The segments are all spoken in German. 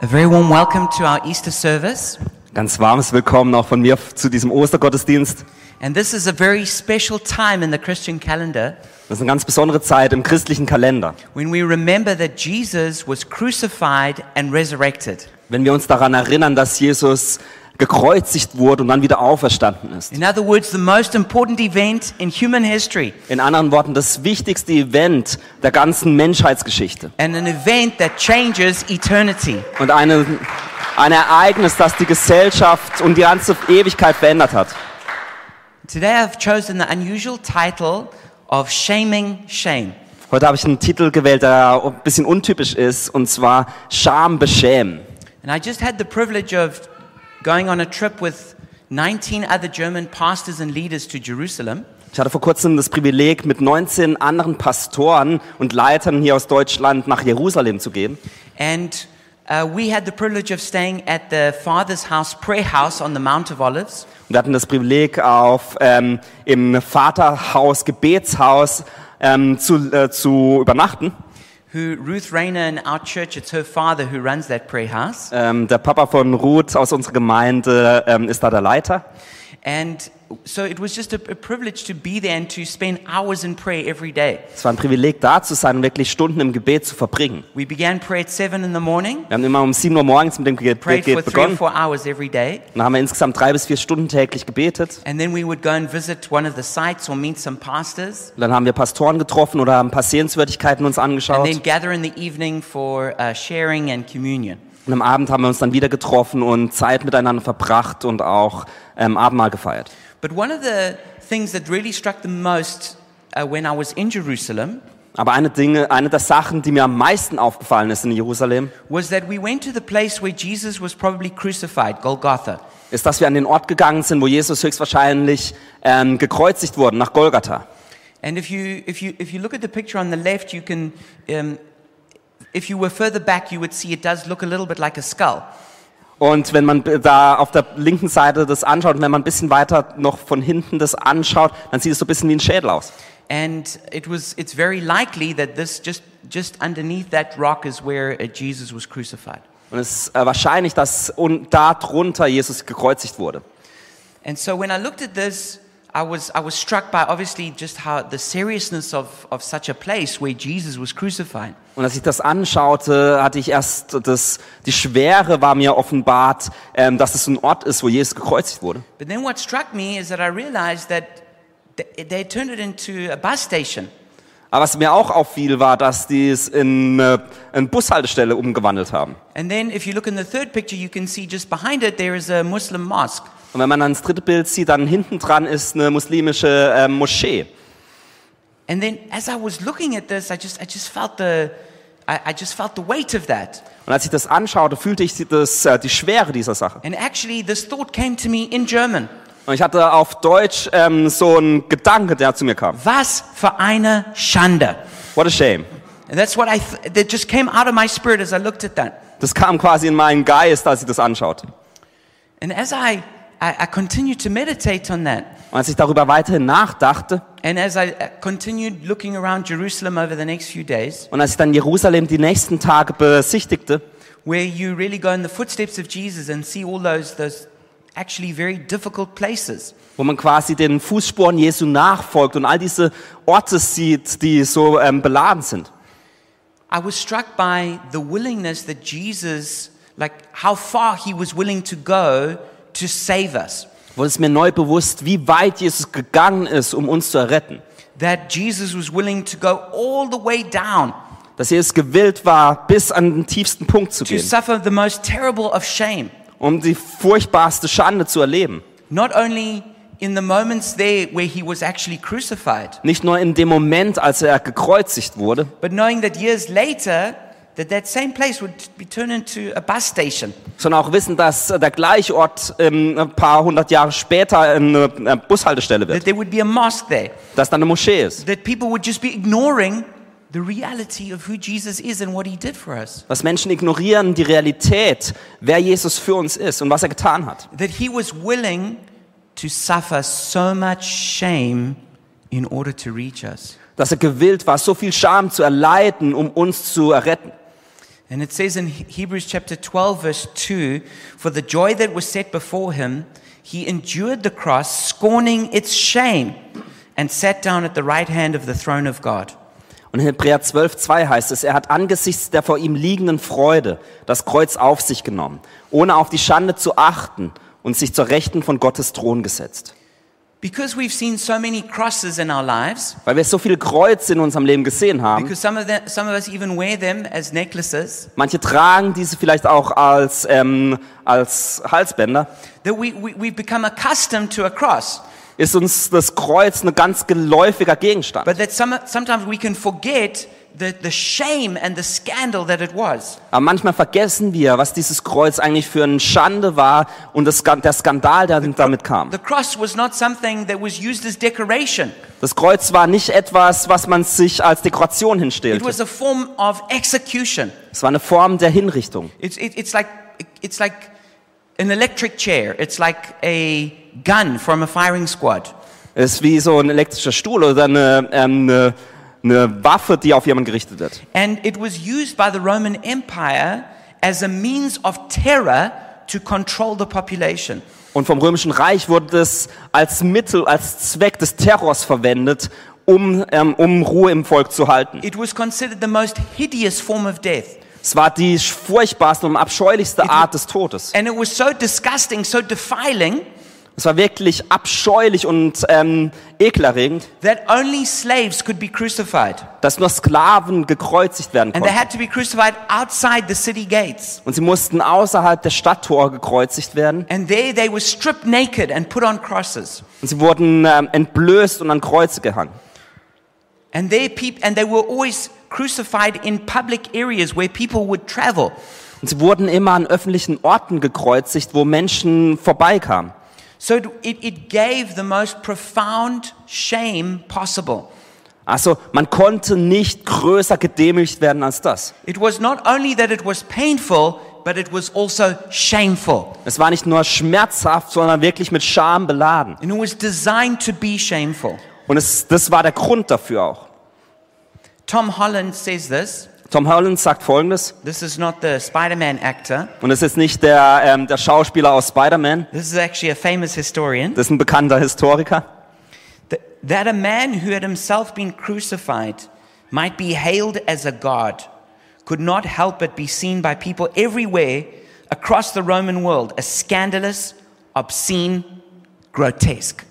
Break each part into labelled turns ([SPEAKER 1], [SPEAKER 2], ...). [SPEAKER 1] A very warm welcome to our Easter service.
[SPEAKER 2] Ganz warmes Willkommen auch von mir zu diesem Ostergottesdienst.
[SPEAKER 1] And this is a very special time in the Christian calendar
[SPEAKER 2] Das ist eine ganz besondere Zeit im christlichen Kalender.
[SPEAKER 1] when we remember that Jesus was crucified and resurrected.
[SPEAKER 2] Wenn wir uns daran erinnern, dass Jesus gekreuzigt wurde und dann wieder auferstanden ist.
[SPEAKER 1] In other words, the most important event in human history
[SPEAKER 2] In anderen Worten, das wichtigste Event der ganzen Menschheitsgeschichte.
[SPEAKER 1] and an event that changes eternity.
[SPEAKER 2] Und eine, ein Ereignis, das die Gesellschaft und die ganze Ewigkeit verändert hat.
[SPEAKER 1] Today I've chosen the unusual title of Shaming Shame.
[SPEAKER 2] Heute habe ich einen Titel gewählt, der ein bisschen untypisch ist, und zwar Scham beschämen.
[SPEAKER 1] And I just had the privilege of going on a trip with 19 other German pastors and leaders to Jerusalem.
[SPEAKER 2] Ich hatte vor kurzem das Privileg, mit 19 anderen Pastoren und Leitern hier aus Deutschland nach Jerusalem zu gehen.
[SPEAKER 1] And uh, we had the privilege of staying at the Father's House Prayer House on the Mount of Olives.
[SPEAKER 2] Und wir hatten das Privileg, auf, ähm, im Vaterhaus, Gebetshaus ähm, zu, äh, zu übernachten.
[SPEAKER 1] Who Ruth Rayner in our church, it's her father who runs that prayer house.
[SPEAKER 2] Ähm, der Papa von Ruth aus unserer Gemeinde ähm, ist da der Leiter.
[SPEAKER 1] And so it was just a, a privilege to be there and to spend hours in prayer every day.
[SPEAKER 2] Es war ein Privileg, da zu sein und wirklich Stunden im Gebet zu verbringen.
[SPEAKER 1] We began prayer at seven in the morning,
[SPEAKER 2] Wir haben immer um 7 Uhr morgens mit dem
[SPEAKER 1] prayed for
[SPEAKER 2] Gebet
[SPEAKER 1] three or
[SPEAKER 2] begonnen.
[SPEAKER 1] four hours every day.
[SPEAKER 2] Dann haben wir insgesamt drei bis vier Stunden täglich gebetet.
[SPEAKER 1] And then we would go and visit one of the sites or meet some pastors.
[SPEAKER 2] Und dann haben wir Pastoren getroffen oder haben ein paar Sehenswürdigkeiten uns
[SPEAKER 1] And
[SPEAKER 2] angeschaut.
[SPEAKER 1] then gather in the evening for uh, sharing and communion.
[SPEAKER 2] Und am Abend haben wir uns dann wieder getroffen und Zeit miteinander verbracht und auch ähm, Abendmahl gefeiert.
[SPEAKER 1] But one of the things that really struck the most uh, when I was in Jerusalem
[SPEAKER 2] Aber eine Dinge, eine der Sachen, die mir am meisten aufgefallen ist in Jerusalem,
[SPEAKER 1] was that we went to the place where Jesus was probably crucified, Golgotha.
[SPEAKER 2] ist, dass wir an den Ort gegangen sind, wo Jesus höchstwahrscheinlich ähm, gekreuzigt wurde, nach Golgatha.
[SPEAKER 1] And if you, if you, if you look at the picture on the left, you can, um, if you were further back, you would see it does look a little bit like a skull.
[SPEAKER 2] Und wenn man da auf der linken Seite das anschaut, und wenn man ein bisschen weiter noch von hinten das anschaut, dann sieht es so ein bisschen wie ein Schädel aus.
[SPEAKER 1] And it was, it's very likely that this just, just underneath that rock is where uh, Jesus was crucified.
[SPEAKER 2] Und es ist äh, wahrscheinlich, dass un- da drunter Jesus gekreuzigt wurde.
[SPEAKER 1] And so when I looked at this, I was, I was struck by obviously just how the seriousness of, of such a place where Jesus was crucified.
[SPEAKER 2] Und als ich das anschaute, hatte ich erst das, die Schwere war mir offenbart, ähm, dass es ein Ort ist, wo Jesus gekreuzigt wurde.
[SPEAKER 1] But then what struck me is that I realized that th- they turned it into a bus station.
[SPEAKER 2] Aber was mir auch auffiel, war, dass die es in äh, eine Bushaltestelle umgewandelt haben.
[SPEAKER 1] And then if you look in the third picture, you can see just behind it there is a Muslim mosque.
[SPEAKER 2] Und wenn man dann das dritte Bild sieht, dann hinten dran ist eine muslimische ähm, Moschee.
[SPEAKER 1] And then as I was looking at this, I just, I just felt the, I, I just felt the weight of that.
[SPEAKER 2] Und als ich das anschaute, fühlte ich das, äh, die Schwere dieser Sache.
[SPEAKER 1] And actually, this thought came to me in German.
[SPEAKER 2] Und ich hatte auf Deutsch ähm, so einen Gedanke, der zu mir kam.
[SPEAKER 1] Was für eine Schande.
[SPEAKER 2] What a shame.
[SPEAKER 1] And that's what I, th- that just came out of my spirit as I looked at that.
[SPEAKER 2] Das kam quasi in meinen Geist, als ich das anschaute.
[SPEAKER 1] And as I, I, I continued to meditate on that,
[SPEAKER 2] Und als ich darüber weiterhin nachdachte,
[SPEAKER 1] and as I uh, continued looking around Jerusalem over the next few days,
[SPEAKER 2] Und als ich dann Jerusalem die nächsten Tage besichtigte,
[SPEAKER 1] where you really go in the footsteps of Jesus and see all those, those actually very difficult places,
[SPEAKER 2] wo man quasi den Fußspuren Jesu nachfolgt und all diese Orte sieht, die so ähm, beladen sind,
[SPEAKER 1] I was struck by the willingness that Jesus, like how far he was willing to go to save us.
[SPEAKER 2] wurde es mir neu bewusst, wie weit Jesus gegangen ist, um uns zu erretten.
[SPEAKER 1] That Jesus was willing to go all the way down
[SPEAKER 2] Dass Jesus gewillt war, bis an den tiefsten Punkt zu
[SPEAKER 1] to
[SPEAKER 2] gehen,
[SPEAKER 1] suffer the most terrible of shame.
[SPEAKER 2] um die furchtbarste Schande zu erleben.
[SPEAKER 1] not only in the moments there where he was actually crucified,
[SPEAKER 2] Nicht nur in dem Moment, als er gekreuzigt wurde,
[SPEAKER 1] but knowing that years later that that same place would be turned into a bus station.
[SPEAKER 2] sondern auch wissen, dass der gleiche Ort ähm, ein paar hundert Jahre später eine eine Bushaltestelle
[SPEAKER 1] That
[SPEAKER 2] wird,
[SPEAKER 1] there would be a mosque there.
[SPEAKER 2] dass dann eine Moschee ist.
[SPEAKER 1] That people would just be ignoring the reality of who Jesus is and what he did for us.
[SPEAKER 2] Dass Menschen ignorieren die Realität, wer Jesus für uns ist und was er getan hat.
[SPEAKER 1] That he was willing to suffer so much shame in order to reach us.
[SPEAKER 2] Dass er gewillt war, so viel Scham zu erleiden, um uns zu erretten.
[SPEAKER 1] And it says in He- Hebrews chapter 12, verse 2 For the joy that was set before him, he endured the cross, scorning its shame, and sat down at the right hand of the throne of God.
[SPEAKER 2] Und in Hebräer 12, 2 heißt es, er hat angesichts der vor ihm liegenden Freude das Kreuz auf sich genommen, ohne auf die Schande zu achten und sich zur Rechten von Gottes Thron gesetzt.
[SPEAKER 1] Because we've seen so many crosses in our lives,
[SPEAKER 2] Weil wir so viele Kreuze in unserem Leben gesehen haben.
[SPEAKER 1] because some of, the, some of us even wear them as necklaces,
[SPEAKER 2] Manche tragen diese vielleicht auch als, ähm, als Halsbänder.
[SPEAKER 1] that we, we, we've become accustomed to a cross.
[SPEAKER 2] Ist uns das Kreuz ein ganz geläufiger Gegenstand.
[SPEAKER 1] But that some, sometimes we can forget the, the shame and the scandal that it was.
[SPEAKER 2] Aber manchmal vergessen wir, was dieses Kreuz eigentlich für eine Schande war und das, Skan- der Skandal, der damit kam.
[SPEAKER 1] The cross was not something that was used as decoration.
[SPEAKER 2] Das Kreuz war nicht etwas, was man sich als Dekoration
[SPEAKER 1] It
[SPEAKER 2] hinstellt.
[SPEAKER 1] was a form of execution.
[SPEAKER 2] Es war eine Form der Hinrichtung.
[SPEAKER 1] It's, it, it's, like, it's like an electric chair. It's like a gun from a firing squad.
[SPEAKER 2] Es ist wie so ein elektrischer Stuhl oder eine, ähm, eine, eine Waffe, die auf jemanden gerichtet wird.
[SPEAKER 1] And it was used by the Roman Empire as a means of terror to control the population.
[SPEAKER 2] Und vom Römischen Reich wurde es als Mittel, als Zweck des Terrors verwendet, um, ähm, um Ruhe im Volk zu halten.
[SPEAKER 1] It was considered the most hideous form of death.
[SPEAKER 2] Es war die furchtbarste und abscheulichste Art des Todes.
[SPEAKER 1] And it was so disgusting, so defiling,
[SPEAKER 2] Es war wirklich abscheulich und ähm, ekelerregend,
[SPEAKER 1] that only slaves could be crucified.
[SPEAKER 2] dass nur Sklaven gekreuzigt werden
[SPEAKER 1] And they
[SPEAKER 2] konnten.
[SPEAKER 1] had to be crucified outside the city gates.
[SPEAKER 2] Und sie mussten außerhalb der Stadttore gekreuzigt werden.
[SPEAKER 1] And there they were stripped naked and put on crosses.
[SPEAKER 2] Und sie wurden ähm, entblößt und an Kreuze gehangen.
[SPEAKER 1] And they, peop- and they were always crucified in public areas where people would travel.
[SPEAKER 2] Und sie wurden immer an öffentlichen Orten gekreuzigt, wo Menschen vorbeikamen.
[SPEAKER 1] So it, it, it gave the most profound shame possible.
[SPEAKER 2] Also man konnte nicht größer gedemütigt werden als das.
[SPEAKER 1] It was not only that it was painful, but it was also shameful.
[SPEAKER 2] Es war nicht nur schmerzhaft, sondern wirklich mit Scham beladen.
[SPEAKER 1] And it was designed to be shameful.
[SPEAKER 2] Und es, das war der Grund dafür auch.
[SPEAKER 1] Tom Holland says this.
[SPEAKER 2] Tom Holland sagt Folgendes,
[SPEAKER 1] This is not the Spider Man actor.
[SPEAKER 2] und das ist nicht der, ähm, der Schauspieler aus Spider-Man,
[SPEAKER 1] This is actually a famous historian.
[SPEAKER 2] das ist ein bekannter Historiker,
[SPEAKER 1] Th- that a man who had himself been crucified might be hailed as a god could not help but be seen by people everywhere across the Roman world as scandalous, obscene, grotesque.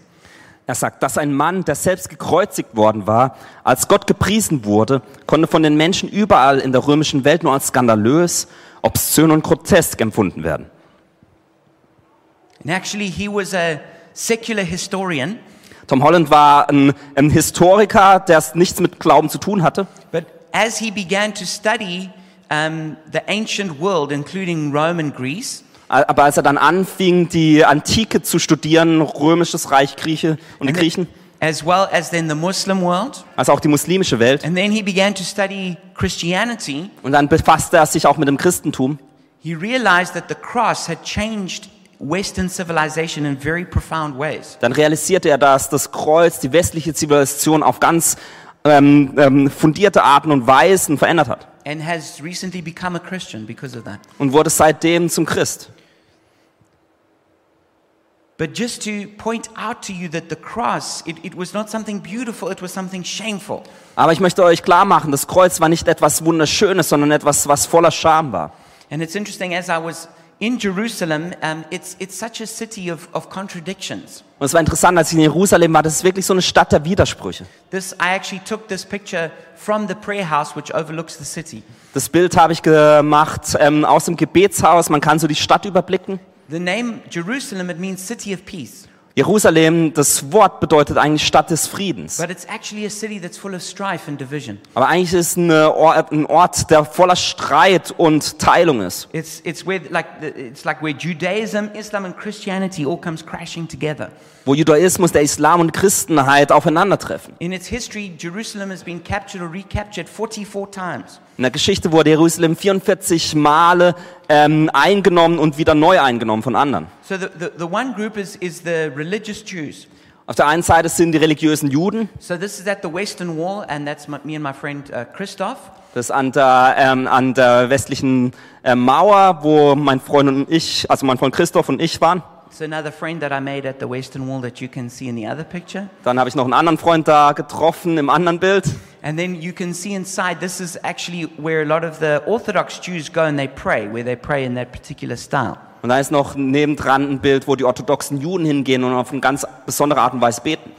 [SPEAKER 2] er sagt, dass ein Mann, der selbst gekreuzigt worden war, als Gott gepriesen wurde, konnte von den Menschen überall in der römischen Welt nur als skandalös, obszön und grotesk empfunden werden.
[SPEAKER 1] And actually, he was a secular historian,
[SPEAKER 2] Tom Holland war ein, ein Historiker, der es nichts mit Glauben zu tun hatte.
[SPEAKER 1] but as he began to study um, the ancient world, including Rome and Greece,
[SPEAKER 2] Aber als er dann anfing, die Antike zu studieren, römisches Reich, Grieche und die
[SPEAKER 1] and
[SPEAKER 2] Griechen,
[SPEAKER 1] as well as then the Muslim world,
[SPEAKER 2] also auch die muslimische Welt,
[SPEAKER 1] and then he began to study Christianity,
[SPEAKER 2] und dann befasste er sich auch mit dem Christentum,
[SPEAKER 1] He realized that the cross had changed Western civilization in very profound ways.
[SPEAKER 2] dann realisierte er, dass das Kreuz die westliche Zivilisation auf ganz ähm, ähm, fundierte Arten und Weisen verändert hat
[SPEAKER 1] And has recently become a Christian because of that.
[SPEAKER 2] und wurde seitdem zum Christ.
[SPEAKER 1] But just to point out to you that the cross, it, it was not something beautiful, it was something shameful.
[SPEAKER 2] Aber ich möchte euch klar machen, das Kreuz war nicht etwas Wunderschönes, sondern etwas, was voller Scham war.
[SPEAKER 1] And it's interesting, as I was in Jerusalem, um, it's, it's such a city of, of contradictions.
[SPEAKER 2] Und es war interessant, als ich in Jerusalem war, das ist wirklich so eine Stadt der Widersprüche.
[SPEAKER 1] This, I actually took this picture from the prayer house, which overlooks the city.
[SPEAKER 2] Das Bild habe ich gemacht ähm, aus dem Gebetshaus. Man kann so die Stadt überblicken.
[SPEAKER 1] The name Jerusalem, it means city of peace,
[SPEAKER 2] Jerusalem, das Wort bedeutet eigentlich Stadt des Friedens.
[SPEAKER 1] but it's actually a city that's full of strife and division.
[SPEAKER 2] Aber eigentlich ist es eine Or- ein Ort, der voller Streit und Teilung ist.
[SPEAKER 1] It's, it's, where, like, the- it's like where Judaism, Islam, and Christianity all comes crashing together.
[SPEAKER 2] Wo Judaismus, der Islam und Christenheit aufeinandertreffen.
[SPEAKER 1] In its history, Jerusalem has been captured or recaptured 44 times.
[SPEAKER 2] In der Geschichte wurde Jerusalem 44 Male ähm, eingenommen und wieder neu eingenommen von anderen.
[SPEAKER 1] So the, the, the one group is, is the religious Jews.
[SPEAKER 2] Auf der einen Seite sind die religiösen Juden.
[SPEAKER 1] So this is at the Western Wall, and that's my, me and my friend uh, Christoph.
[SPEAKER 2] Das ist an der, ähm, an der westlichen äh, Mauer, wo mein Freund und ich, also mein Freund Christoph und ich waren.
[SPEAKER 1] It's another friend that I made at the Western Wall that you can see in the other picture.
[SPEAKER 2] Dann habe ich noch einen anderen Freund da getroffen im anderen Bild.
[SPEAKER 1] And then you can see inside, this is actually where a lot of the Orthodox Jews go and they pray, where they pray in that particular style.
[SPEAKER 2] Und da ist noch nebendran ein Bild, wo die orthodoxen Juden hingehen und auf eine ganz besondere Art und Weise beten.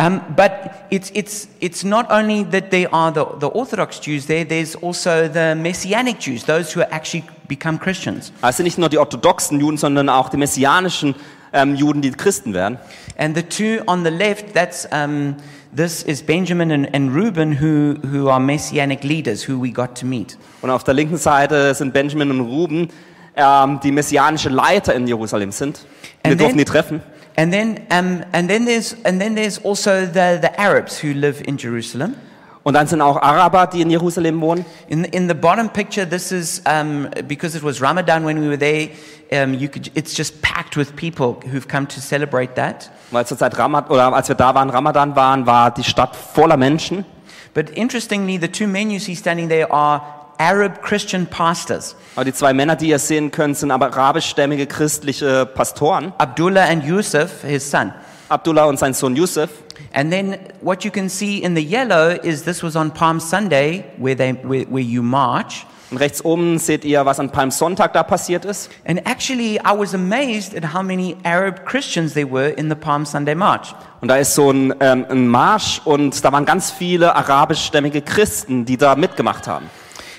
[SPEAKER 1] Um, but it's, it's, it's not only that there are the, the Orthodox Jews there, there's also the Messianic Jews, those who actually become Christians.
[SPEAKER 2] Also nicht nur die orthodoxen Juden, sondern auch die messianischen ähm, Juden, die Christen werden.
[SPEAKER 1] And the two on the left, that's, um, this is Benjamin and, and Reuben, who, who are Messianic leaders, who we got to meet.
[SPEAKER 2] Und auf der linken Seite sind Benjamin und Ruben, ähm, die messianische Leiter in Jerusalem sind. Wir
[SPEAKER 1] And
[SPEAKER 2] durften
[SPEAKER 1] then-
[SPEAKER 2] die treffen.
[SPEAKER 1] And then, um, and then, there's, and then there's also the, the Arabs who live in Jerusalem.
[SPEAKER 2] Und dann sind auch Araber, die in Jerusalem wohnen.
[SPEAKER 1] In, in the bottom picture, this is um, because it was Ramadan when we were there. Um, you could, it's just packed with people who've come to celebrate that.
[SPEAKER 2] Weil zur Zeit Ramad oder als wir da waren, Ramadan waren, war die Stadt voller Menschen.
[SPEAKER 1] But interestingly, the two men you see standing there are Arab Christian pastors,
[SPEAKER 2] Aber die zwei Männer, die ihr sehen könnt, sind aber arabischstämmige christliche Pastoren,
[SPEAKER 1] Abdullah and Yusuf, his son.
[SPEAKER 2] Abdullah und sein Sohn Yusuf.
[SPEAKER 1] And then what you can see in the yellow is this was on Palm Sunday where, they, where, where you march.
[SPEAKER 2] Und rechts oben seht ihr, was an Palmsonntag da passiert ist.
[SPEAKER 1] And actually, I was amazed at how many Arab Christians there were in the Palm Sunday march.
[SPEAKER 2] Und da ist so ein, ähm, ein Marsch und da waren ganz viele arabischstämmige Christen, die da mitgemacht haben.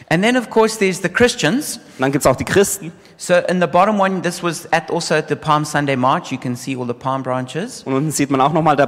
[SPEAKER 1] And then, of course, there's the Christians.
[SPEAKER 2] Und dann gibt's auch die Christen.
[SPEAKER 1] So in the bottom one, this was at also at the Palm Sunday March. You can see all the palm branches.
[SPEAKER 2] Und unten sieht man auch nochmal der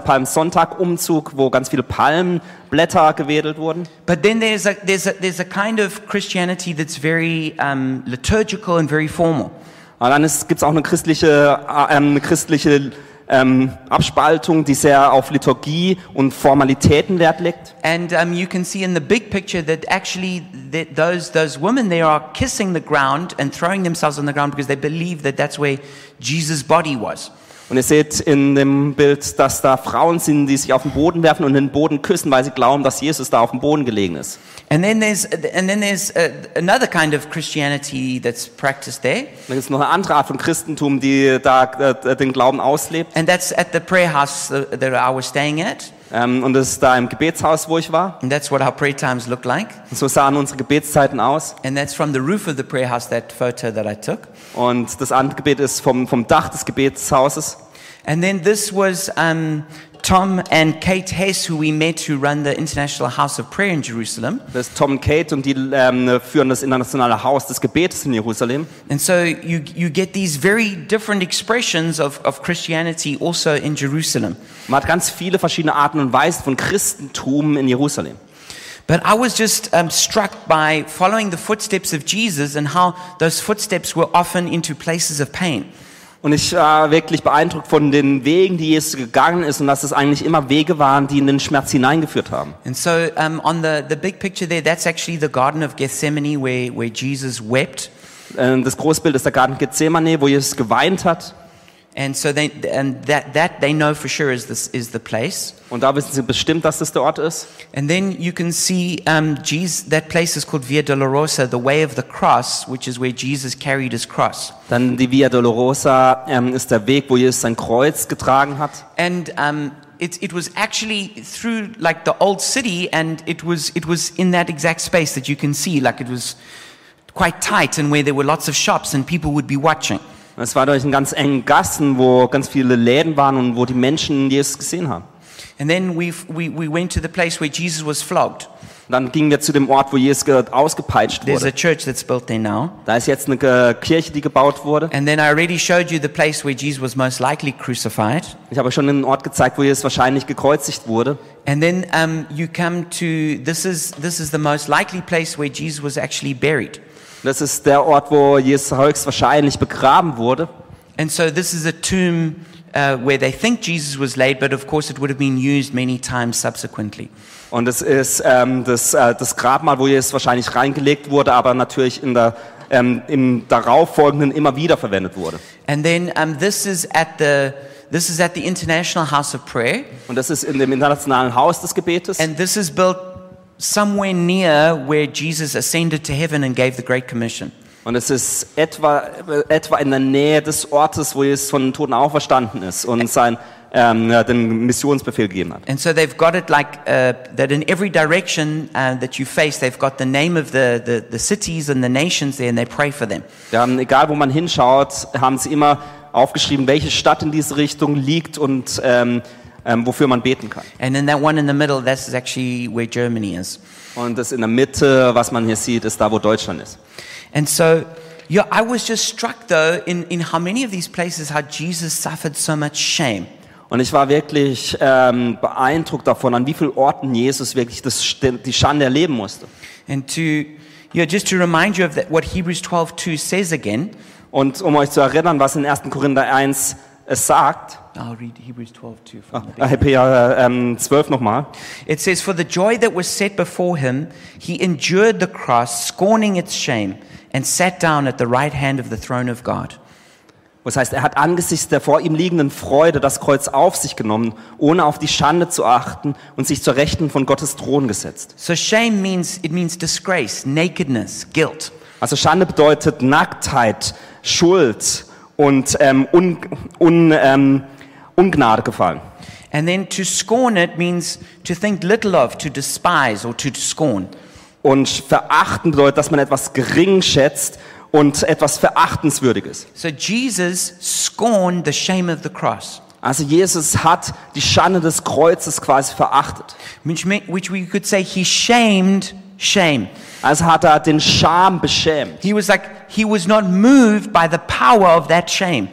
[SPEAKER 2] Palmsonntag-Umzug, wo ganz viele Palmenblätter gewedelt wurden.
[SPEAKER 1] But then there's a, there's a, there's a kind of Christianity that's very um, liturgical and very formal.
[SPEAKER 2] Und dann ist- gibt's auch eine christliche, äh, ähm, eine christliche ähm, Abspaltung, die sehr auf Liturgie und Formalitäten Wert legt.
[SPEAKER 1] And um, you can see in the big picture that actually that those, those women there are kissing the ground and throwing themselves on the ground because they believe that that's where Jesus' body was.
[SPEAKER 2] Und ihr seht in dem Bild, dass da Frauen sind, die sich auf den Boden werfen und den Boden küssen, weil sie glauben, dass Jesus da auf dem Boden gelegen ist.
[SPEAKER 1] And then there's, and then there's uh, another kind of Christianity that's practiced there,
[SPEAKER 2] Dann gibt es noch eine andere Art von Christentum, die da äh, den Glauben auslebt.
[SPEAKER 1] and that's at the prayer house uh, that I was staying at,
[SPEAKER 2] Ähm, und das ist da im Gebetshaus, wo ich war.
[SPEAKER 1] and that's what our prayer times look like.
[SPEAKER 2] Und so sahen unsere Gebetszeiten aus.
[SPEAKER 1] And that's from the roof of the prayer house, that photo that I took.
[SPEAKER 2] Und das andere Gebet ist vom, vom Dach des Gebetshauses.
[SPEAKER 1] And then this was um, Tom and Kate Hess, who we met, who run the International House of Prayer in Jerusalem.
[SPEAKER 2] Das ist Tom und Kate und die ähm, führen das internationale Haus des Gebetes in Jerusalem.
[SPEAKER 1] And so you, you get these very different expressions of, of Christianity also in Jerusalem.
[SPEAKER 2] Man hat ganz viele verschiedene Arten und Weisen von Christentum in Jerusalem.
[SPEAKER 1] But I was just um, struck by following the footsteps of Jesus and how those footsteps were often into places of pain.
[SPEAKER 2] Und ich war wirklich beeindruckt von den Wegen, die Jesus gegangen ist und dass es eigentlich immer Wege waren, die in den Schmerz hineingeführt haben.
[SPEAKER 1] And so um, on the, the big picture there, that's actually the Garden of Gethsemane where, where Jesus wept.
[SPEAKER 2] Ähm, Das Großbild ist der Garten Gethsemane, wo Jesus geweint hat.
[SPEAKER 1] And so they, and that, that they know for sure is, this, is the place.
[SPEAKER 2] Und da wissen sie bestimmt, dass das der Ort ist.
[SPEAKER 1] And then you can see um, Jesus, that place is called Via Dolorosa, the way of the cross, which is where Jesus carried his cross.
[SPEAKER 2] Dann die Via Dolorosa ähm, ist der Weg, wo Jesus sein Kreuz getragen hat.
[SPEAKER 1] And um, it, it was actually through like the old city, and it was, it was in that exact space that you can see, like it was quite tight and where there were lots of shops and people would be watching.
[SPEAKER 2] Es war durch einen ganz engen Gassen, wo ganz viele Läden waren und wo die Menschen Jesus gesehen haben.
[SPEAKER 1] And then we've, we, we went to the place where Jesus was flogged.
[SPEAKER 2] Und dann gingen wir zu dem Ort, wo Jesus ge- ausgepeitscht
[SPEAKER 1] There's a
[SPEAKER 2] wurde.
[SPEAKER 1] church that's built there now.
[SPEAKER 2] Da ist jetzt eine äh, Kirche, die gebaut wurde.
[SPEAKER 1] And then I already showed you the place where Jesus was most likely crucified.
[SPEAKER 2] Ich habe euch schon einen Ort gezeigt, wo Jesus wahrscheinlich gekreuzigt wurde.
[SPEAKER 1] And then um, you come to this is this is the most likely place where Jesus was actually buried.
[SPEAKER 2] Das ist der Ort, wo Jesus höchstwahrscheinlich begraben wurde.
[SPEAKER 1] And so this is a tomb uh, where they think Jesus was laid, but of course it would have been used many times subsequently.
[SPEAKER 2] Und es ist ähm, das, äh, das Grabmal, wo Jesus wahrscheinlich reingelegt wurde, aber natürlich in der, ähm, im darauffolgenden immer wieder verwendet wurde.
[SPEAKER 1] And then um, this is at the this is at the International House of Prayer,
[SPEAKER 2] Und das ist in dem internationalen Haus des Gebetes.
[SPEAKER 1] and this is built somewhere near where Jesus ascended to heaven and gave the Great Commission.
[SPEAKER 2] Und es ist etwa, äh, etwa in der Nähe des Ortes, wo Jesus von den Toten auferstanden ist und sein, ähm, ja, den Missionsbefehl gegeben hat.
[SPEAKER 1] And so they've got it like uh, that in every direction uh, that you face, they've got the name of the, the, the cities and the nations there, and they pray for them.
[SPEAKER 2] Wir haben, egal wo man hinschaut, haben sie immer aufgeschrieben, welche Stadt in diese Richtung liegt und ähm, ähm, wofür man beten kann.
[SPEAKER 1] And then that one in the middle, that's actually where Germany is.
[SPEAKER 2] Und das in der Mitte, was man hier sieht, ist da, wo Deutschland ist.
[SPEAKER 1] And so, yeah, I was just struck though in, in how many of these places how Jesus suffered so much shame.
[SPEAKER 2] Und ich war wirklich ähm, beeindruckt davon, an wie vielen Orten Jesus wirklich das, St- die Schande erleben musste.
[SPEAKER 1] And to, yeah, just to remind you of that, what Hebrews 12:2 says again,
[SPEAKER 2] Und um euch zu erinnern, was in 1. Korinther 1 es sagt,
[SPEAKER 1] I'll read Hebrews 12:2 from the
[SPEAKER 2] äh, Hebräer ähm, 12 nochmal,
[SPEAKER 1] It says, For the joy that was set before him, he endured the cross, scorning its shame, and sat down at the right hand of the throne of God.
[SPEAKER 2] Das heißt, er hat angesichts der vor ihm liegenden Freude das Kreuz auf sich genommen, ohne auf die Schande zu achten und sich zur Rechten von Gottes Thron gesetzt.
[SPEAKER 1] So shame means, it means disgrace, nakedness, guilt.
[SPEAKER 2] Also Schande bedeutet Nacktheit, Schuld und ähm, un, un, ähm, Ungnade gefallen.
[SPEAKER 1] And then to scorn it means to think little of, to despise, or to scorn.
[SPEAKER 2] Und verachten bedeutet, dass man etwas gering schätzt und etwas verachtenswürdiges.
[SPEAKER 1] So Jesus scorned the shame of the cross,
[SPEAKER 2] Also Jesus hat die Schande des Kreuzes quasi verachtet.
[SPEAKER 1] which, me- which we could say he shamed shame.
[SPEAKER 2] Also hat er den Scham beschämt.
[SPEAKER 1] He was like, he was not moved by the power of that shame.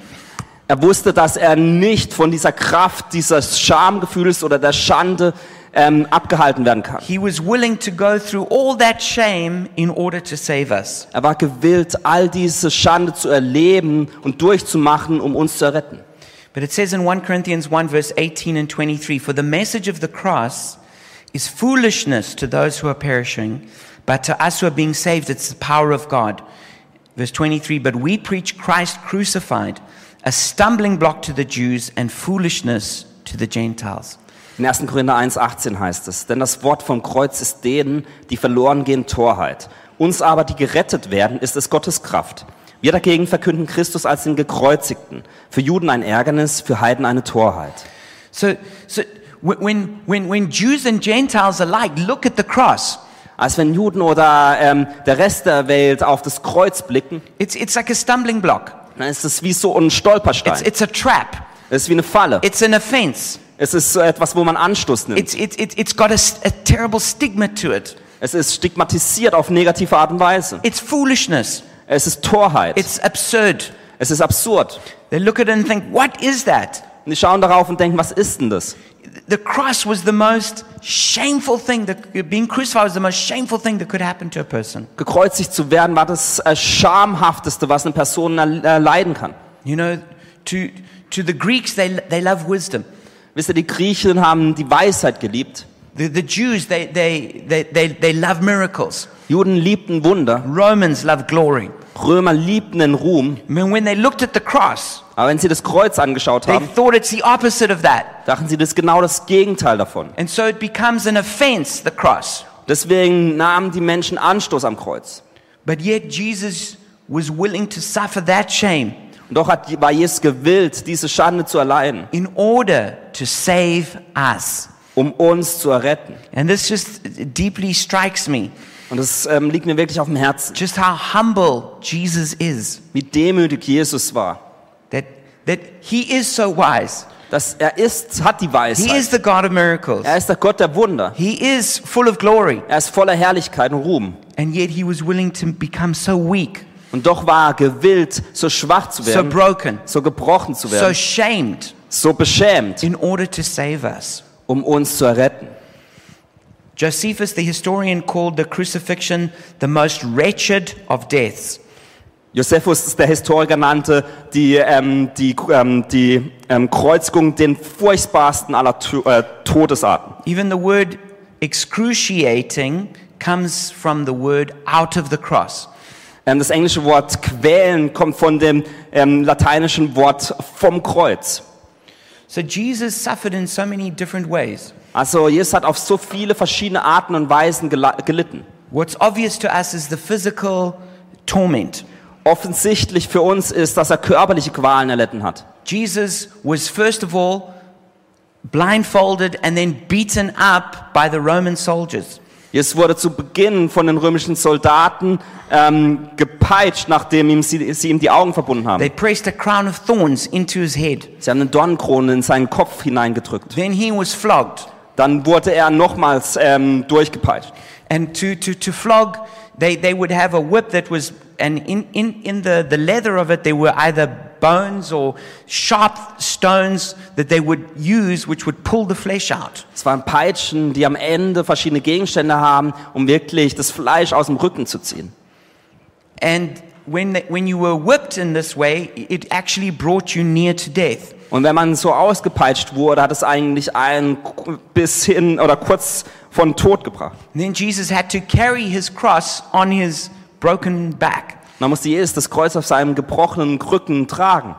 [SPEAKER 2] Er wusste, dass er nicht von dieser Kraft dieses Schamgefühls oder der Schande ähm, abgehalten werden kann.
[SPEAKER 1] He was willing to go through all that shame in order to save us.
[SPEAKER 2] Er war gewillt, all diese Schande zu erleben und durchzumachen, um uns zu retten.
[SPEAKER 1] But it says in 1 Corinthians 1, verse 18 and 23 For the message of the cross is foolishness to those who are perishing, but to us who are being saved, it's the power of God. Verse 23 But we preach Christ crucified, a stumbling block to the Jews and foolishness to the Gentiles.
[SPEAKER 2] In 1. Korinther 1,18 heißt es, denn das Wort vom Kreuz ist denen, die verloren gehen, Torheit. Uns aber, die gerettet werden, ist es Gottes Kraft. Wir dagegen verkünden Christus als den Gekreuzigten. Für Juden ein Ärgernis, für Heiden eine Torheit.
[SPEAKER 1] So, so wh- when, when, when Jews and Gentiles alike look at the cross,
[SPEAKER 2] Als wenn Juden oder ähm, der Rest der Welt auf das Kreuz blicken,
[SPEAKER 1] it's, it's like a stumbling block.
[SPEAKER 2] dann ist es wie so ein
[SPEAKER 1] It's,
[SPEAKER 2] Stolperstein.
[SPEAKER 1] it's a trap.
[SPEAKER 2] Es ist wie eine Falle.
[SPEAKER 1] It's an offense.
[SPEAKER 2] Es ist so etwas, wo man Anstoß nimmt.
[SPEAKER 1] It's, it's, it's, it's got a, s- a terrible stigma to it.
[SPEAKER 2] Es ist stigmatisiert auf negative Art und Weise.
[SPEAKER 1] It's foolishness.
[SPEAKER 2] Es ist Torheit.
[SPEAKER 1] It's absurd.
[SPEAKER 2] Es ist absurd.
[SPEAKER 1] They look at it and think, what is that?
[SPEAKER 2] Und die schauen darauf und denken, was ist denn das?
[SPEAKER 1] The cross was the most shameful thing that being crucified was the most shameful thing that could happen to a person.
[SPEAKER 2] Gekreuzigt zu werden war das äh, Schamhafteste, was eine Person erl- erleiden kann.
[SPEAKER 1] You know, to, to the Greeks, they, they love wisdom.
[SPEAKER 2] Wisst ihr, die Griechen haben die Weisheit geliebt.
[SPEAKER 1] The, the Jews, they, they, they, they, they love miracles.
[SPEAKER 2] Juden liebten Wunder.
[SPEAKER 1] Romans love glory.
[SPEAKER 2] Römer liebten den Ruhm.
[SPEAKER 1] I mean, when they looked at the cross,
[SPEAKER 2] Aber wenn sie das Kreuz angeschaut
[SPEAKER 1] they
[SPEAKER 2] haben,
[SPEAKER 1] thought it's the opposite of that.
[SPEAKER 2] dachten sie, das ist genau das Gegenteil davon.
[SPEAKER 1] And so it becomes an offense, the cross.
[SPEAKER 2] Deswegen nahmen die Menschen Anstoß am Kreuz.
[SPEAKER 1] But yet Jesus was willing to suffer that shame
[SPEAKER 2] Und doch hat, war Jesus gewillt, diese Schande zu erleiden,
[SPEAKER 1] in order to save us.
[SPEAKER 2] um uns zu erretten.
[SPEAKER 1] And this just deeply strikes me
[SPEAKER 2] Und das ähm, liegt mir wirklich auf dem Herzen,
[SPEAKER 1] just how humble Jesus is.
[SPEAKER 2] wie demütig Jesus war.
[SPEAKER 1] That, that he is so wise.
[SPEAKER 2] Dass er ist, hat die
[SPEAKER 1] He is
[SPEAKER 2] Weisheit.
[SPEAKER 1] the God of miracles.
[SPEAKER 2] Er ist der Gott der Wunder.
[SPEAKER 1] He is full of glory.
[SPEAKER 2] Er ist voller Herrlichkeit und Ruhm.
[SPEAKER 1] And yet he was willing to become so weak,
[SPEAKER 2] Und doch war er gewillt, so schwach zu
[SPEAKER 1] so
[SPEAKER 2] werden,
[SPEAKER 1] broken,
[SPEAKER 2] so gebrochen zu
[SPEAKER 1] so
[SPEAKER 2] werden,
[SPEAKER 1] shamed
[SPEAKER 2] so beschämt,
[SPEAKER 1] in order to save us.
[SPEAKER 2] um uns zu erretten.
[SPEAKER 1] Josephus, the historian, called the crucifixion the most wretched of deaths.
[SPEAKER 2] Josephus, der Historiker, nannte die, ähm, die, ähm, die ähm, Kreuzigung den furchtbarsten aller Tu- äh, Todesarten.
[SPEAKER 1] Even the word excruciating comes from the word out of the cross.
[SPEAKER 2] Ähm, das englische Wort quälen kommt von dem ähm, lateinischen Wort vom Kreuz.
[SPEAKER 1] So Jesus suffered in so many different ways.
[SPEAKER 2] Also Jesus hat auf so viele verschiedene Arten und Weisen gela- gelitten.
[SPEAKER 1] What's obvious to us is the physical torment.
[SPEAKER 2] Offensichtlich für uns ist, dass er körperliche Qualen erlitten hat.
[SPEAKER 1] Jesus was first of all blindfolded and then beaten up by the Roman soldiers.
[SPEAKER 2] Jesus wurde zu Beginn von den römischen Soldaten ähm, gepeitscht, nachdem ihm sie, sie ihm die Augen verbunden haben.
[SPEAKER 1] They pressed a crown of thorns into his head.
[SPEAKER 2] Sie haben eine Dornenkrone in seinen Kopf hineingedrückt.
[SPEAKER 1] Then he was flogged.
[SPEAKER 2] Dann wurde er nochmals ähm, durchgepeitscht.
[SPEAKER 1] And to, to, to flog, they, they would have a whip that was, and in, in, in the, the leather of it, there were either bones or sharp stones that they would use, which would pull the flesh out.
[SPEAKER 2] Es waren Peitschen, die am Ende verschiedene Gegenstände haben, um wirklich das Fleisch aus dem Rücken zu ziehen.
[SPEAKER 1] And when, the, when you were whipped in this way, it actually brought you near to death.
[SPEAKER 2] Und wenn man so ausgepeitscht wurde, hat es eigentlich einen bis hin oder kurz von Tod gebracht.
[SPEAKER 1] And then Jesus had to carry his cross on his broken back.
[SPEAKER 2] Und dann musste Jesus das Kreuz auf seinem gebrochenen Rücken tragen.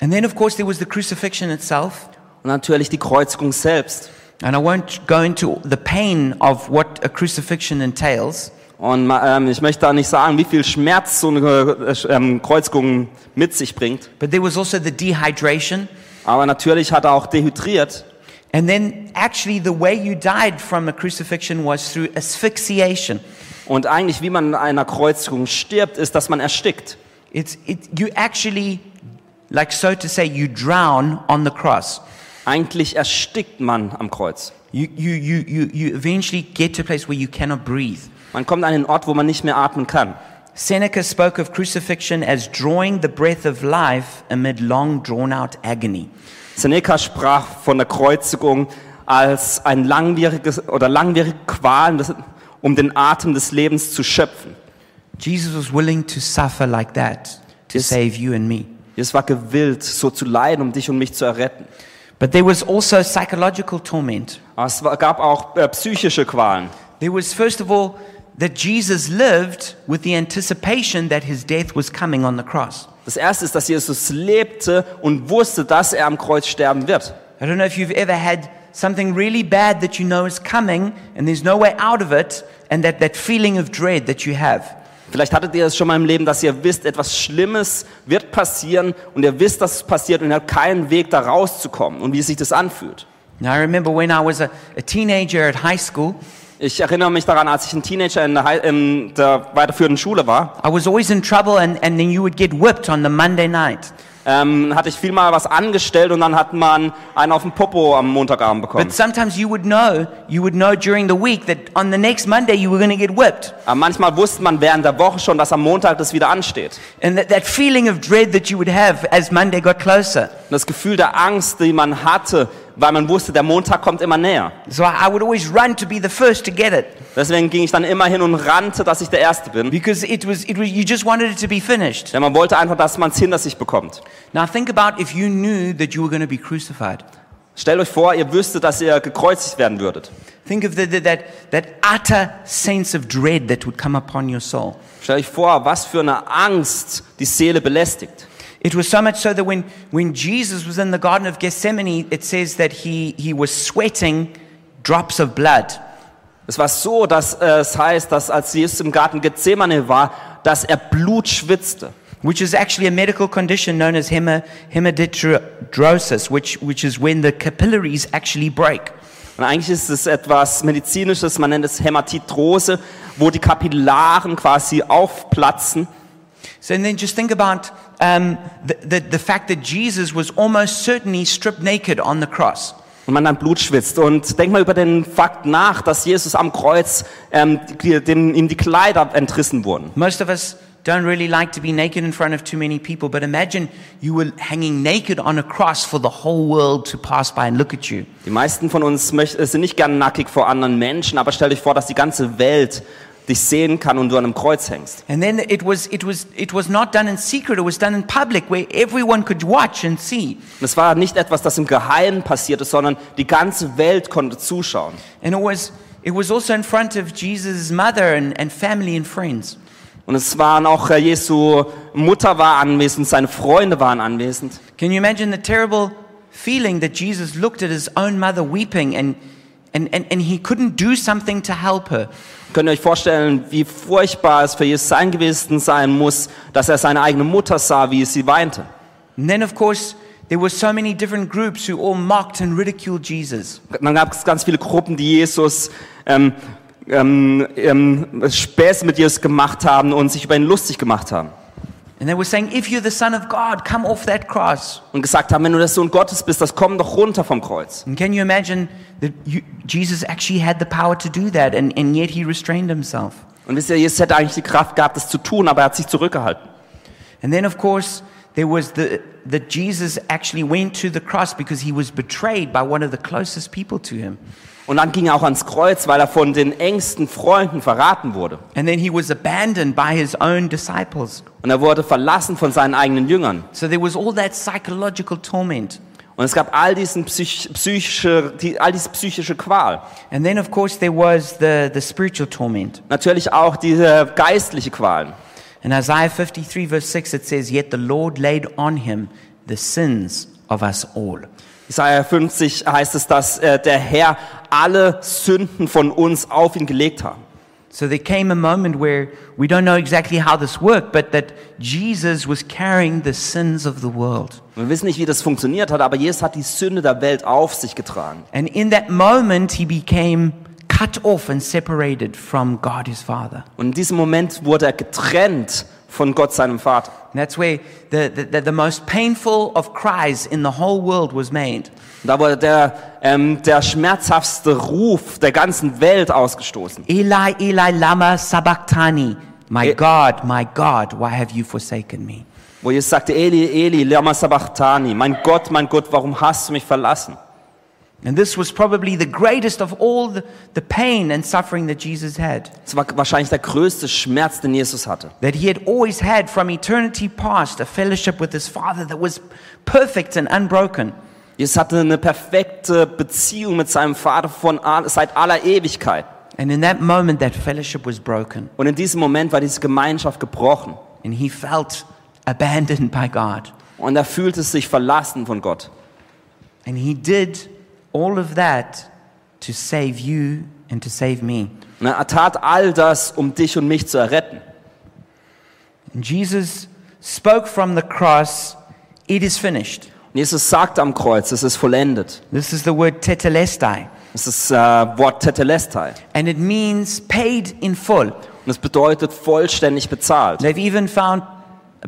[SPEAKER 1] And then, of course, there was the crucifixion itself.
[SPEAKER 2] Und natürlich die Kreuzigung selbst.
[SPEAKER 1] And I won't go into the pain of what a crucifixion entails.
[SPEAKER 2] Und ähm, ich möchte da nicht sagen, wie viel Schmerz so eine ähm, Kreuzigung mit sich bringt.
[SPEAKER 1] But there was also the dehydration.
[SPEAKER 2] Aber natürlich hat er auch dehydriert.
[SPEAKER 1] And then actually the way you died from a crucifixion was through asphyxiation.
[SPEAKER 2] Und eigentlich, wie man in einer Kreuzigung stirbt, ist, dass man erstickt.
[SPEAKER 1] It's, it, you actually, like so to say, you drown on the cross.
[SPEAKER 2] Eigentlich erstickt man am Kreuz.
[SPEAKER 1] You, you, you, you, you eventually get to a place where you cannot breathe.
[SPEAKER 2] Man kommt an den Ort, wo man nicht mehr atmen kann.
[SPEAKER 1] Seneca spoke of crucifixion as drawing the breath of life amid long drawn out agony.
[SPEAKER 2] Seneca sprach von der Kreuzigung als ein langwieriges oder langwierige Qualen, das- um den Atem des Lebens zu schöpfen.
[SPEAKER 1] Jesus was willing to suffer like that to
[SPEAKER 2] Yes.
[SPEAKER 1] save you and me.
[SPEAKER 2] Jesus war gewillt, so zu leiden, um dich und mich zu erretten.
[SPEAKER 1] But there was also psychological torment.
[SPEAKER 2] Aber es war- gab auch äh, psychische Qualen.
[SPEAKER 1] There was, first of all, that Jesus lived with the anticipation that his death was coming on the cross.
[SPEAKER 2] Das erste ist, dass Jesus lebte und wusste, dass er am Kreuz sterben wird.
[SPEAKER 1] I don't know if you've ever had something really bad that you know is coming and there's no way out of it, and that, that feeling of dread that you have.
[SPEAKER 2] Vielleicht hattet ihr es schon mal im Leben, dass ihr wisst, etwas Schlimmes wird passieren und ihr wisst, dass es passiert und ihr habt keinen Weg, da rauszukommen und wie sich das anfühlt.
[SPEAKER 1] Now, I remember when I was a, a teenager at high school,
[SPEAKER 2] Ich erinnere mich daran, als ich ein Teenager in der, Hei- in der weiterführenden Schule war,
[SPEAKER 1] I was always in trouble, and, and then you would get whipped on the Monday night.
[SPEAKER 2] ähm, hatte ich viel mal was angestellt und dann hat man einen auf den Popo am Montagabend bekommen.
[SPEAKER 1] But sometimes you would know, you would know during the week that on the next Monday you were going to get whipped.
[SPEAKER 2] Aber manchmal wusste man während der Woche schon, dass am Montag das wieder ansteht.
[SPEAKER 1] And that, that feeling of dread that you would have as Monday got closer.
[SPEAKER 2] Und das Gefühl der Angst, die man hatte, weil man wusste, der Montag kommt immer näher.
[SPEAKER 1] So I I would always run to be the first to get it
[SPEAKER 2] Deswegen ging ich dann immer hin und rannte, dass ich der Erste bin.
[SPEAKER 1] because it was, it was you just wanted it to be finished.
[SPEAKER 2] Denn man wollte einfach, dass man es hinter sich bekommt.
[SPEAKER 1] Now think about if you knew that you were going to be crucified.
[SPEAKER 2] Stellt euch vor, ihr wüsstet, dass ihr gekreuzigt werden würdet.
[SPEAKER 1] Think of the, the, that, that utter sense of dread that would come upon your soul.
[SPEAKER 2] Stellt euch vor, was für eine Angst die Seele belästigt.
[SPEAKER 1] It was so much so that when, when Jesus was in the Garden of Gethsemane, it says that he, he was sweating drops of blood.
[SPEAKER 2] Es war so, dass äh, es heißt, dass als Jesus im Garten Gethsemane war, dass er Blut schwitzte.
[SPEAKER 1] which is actually a medical condition known as hema, hemididrosis, which, which is when the capillaries actually break.
[SPEAKER 2] Und eigentlich ist es etwas Medizinisches, man nennt es Hämatidrose, wo die Kapillaren quasi aufplatzen.
[SPEAKER 1] So and then just think about um, the, the, the fact that Jesus was almost certainly stripped naked on the cross.
[SPEAKER 2] Und man dann Blut schwitzt. Und denk mal über den Fakt nach, dass Jesus am Kreuz, ähm, die, dem, ihm die Kleider entrissen wurden.
[SPEAKER 1] Most of us don't really like to be naked in front of too many people, but imagine you were hanging naked on a cross for the whole world to pass by and look at you.
[SPEAKER 2] Die meisten von uns möcht- äh, sind nicht gern nackig vor anderen Menschen, aber stell dich vor, dass die ganze Welt dich sehen kann und du an einem Kreuz hängst.
[SPEAKER 1] And then it was, it was, it was not done in secret, it was done in public where everyone could watch and see.
[SPEAKER 2] Und es war nicht etwas, das im Geheimen passierte, sondern die ganze Welt konnte zuschauen.
[SPEAKER 1] And it was, it was also in front of Jesus' mother and, and family and friends.
[SPEAKER 2] Und es waren auch äh, Jesu Mutter war anwesend, seine Freunde waren anwesend.
[SPEAKER 1] Can you imagine the terrible feeling that Jesus looked at his own mother weeping and, and, and, and he couldn't do something to help her.
[SPEAKER 2] Könnt ihr euch vorstellen, wie furchtbar es für Jesus sein gewesen sein muss, dass er seine eigene Mutter sah, wie sie weinte?
[SPEAKER 1] And then, of course, there were so many different groups who all mocked and ridiculed Jesus.
[SPEAKER 2] Dann gab es ganz viele Gruppen, die Jesus ähm, ähm, ähm, Späße mit Jesus gemacht haben und sich über ihn lustig gemacht haben.
[SPEAKER 1] And they were saying, If you're the Son of God, come off that cross.
[SPEAKER 2] Und gesagt haben, wenn du der Sohn Gottes bist, das komm doch runter vom Kreuz.
[SPEAKER 1] And can you imagine that you, Jesus actually had the power to do that and, and yet he restrained himself?
[SPEAKER 2] Und wisst ihr, Jesus hätte eigentlich die Kraft gehabt, das zu tun, aber er hat sich zurückgehalten.
[SPEAKER 1] And then, of course, there was the that Jesus actually went to the cross because he was betrayed by one of the closest people to him.
[SPEAKER 2] Und dann ging er auch ans Kreuz, weil er von den engsten Freunden verraten wurde.
[SPEAKER 1] And then he was abandoned by his own disciples.
[SPEAKER 2] Und er wurde verlassen von seinen eigenen Jüngern.
[SPEAKER 1] So there was all that psychological torment.
[SPEAKER 2] Und es gab all, diesen psych psychische, die, all diese psychische Qual.
[SPEAKER 1] And then, of course, there was the, the spiritual torment.
[SPEAKER 2] Natürlich auch diese geistliche Qualen.
[SPEAKER 1] In Isaiah 53, verse 6, it says, Yet the Lord laid on him the sins of us all.
[SPEAKER 2] Jesaja 50 heißt es, dass äh, der Herr alle Sünden von uns auf ihn gelegt hat.
[SPEAKER 1] So there came a moment where we don't know exactly how this worked, but that Jesus was carrying the sins of the world.
[SPEAKER 2] Wir wissen nicht, wie das funktioniert hat, aber Jesus hat die Sünde der Welt auf sich getragen.
[SPEAKER 1] And in that moment, he became cut off and separated from God his Father.
[SPEAKER 2] Und in diesem Moment wurde er getrennt von Gott, seinem Vater.
[SPEAKER 1] And that's where the, the, the, the most painful of cries in the whole world was made.
[SPEAKER 2] Und da wurde der, ähm, der schmerzhaftste Ruf der ganzen Welt ausgestoßen.
[SPEAKER 1] Eli, Eli, lama sabachthani. My God, my God, why have you forsaken me?
[SPEAKER 2] Wo Jesus sagte, Eli, Eli, lama sabachthani. Mein Gott, mein Gott, warum hast du mich verlassen?
[SPEAKER 1] And this was probably the greatest of all the, the pain and suffering that Jesus had,
[SPEAKER 2] Das war wahrscheinlich der größte Schmerz, den Jesus hatte.
[SPEAKER 1] that he had always had from eternity past a fellowship with his Father that was perfect and unbroken.
[SPEAKER 2] Jesus hatte eine perfekte Beziehung mit seinem Vater von all, seit aller Ewigkeit.
[SPEAKER 1] And in that moment, that fellowship was broken,
[SPEAKER 2] Und in diesem Moment war diese Gemeinschaft gebrochen.
[SPEAKER 1] and he felt abandoned by God.
[SPEAKER 2] Und er fühlte sich verlassen von Gott.
[SPEAKER 1] And he did all of that to save you and to save me.
[SPEAKER 2] Und er tat all das, um dich und mich zu erretten.
[SPEAKER 1] And Jesus spoke from the cross, It is finished.
[SPEAKER 2] Und Jesus sagt am Kreuz, es ist vollendet.
[SPEAKER 1] This is the word tetelestai,
[SPEAKER 2] Es ist äh, Wort Tetelestai.
[SPEAKER 1] and it means paid in full.
[SPEAKER 2] Und es bedeutet vollständig bezahlt.
[SPEAKER 1] They've even found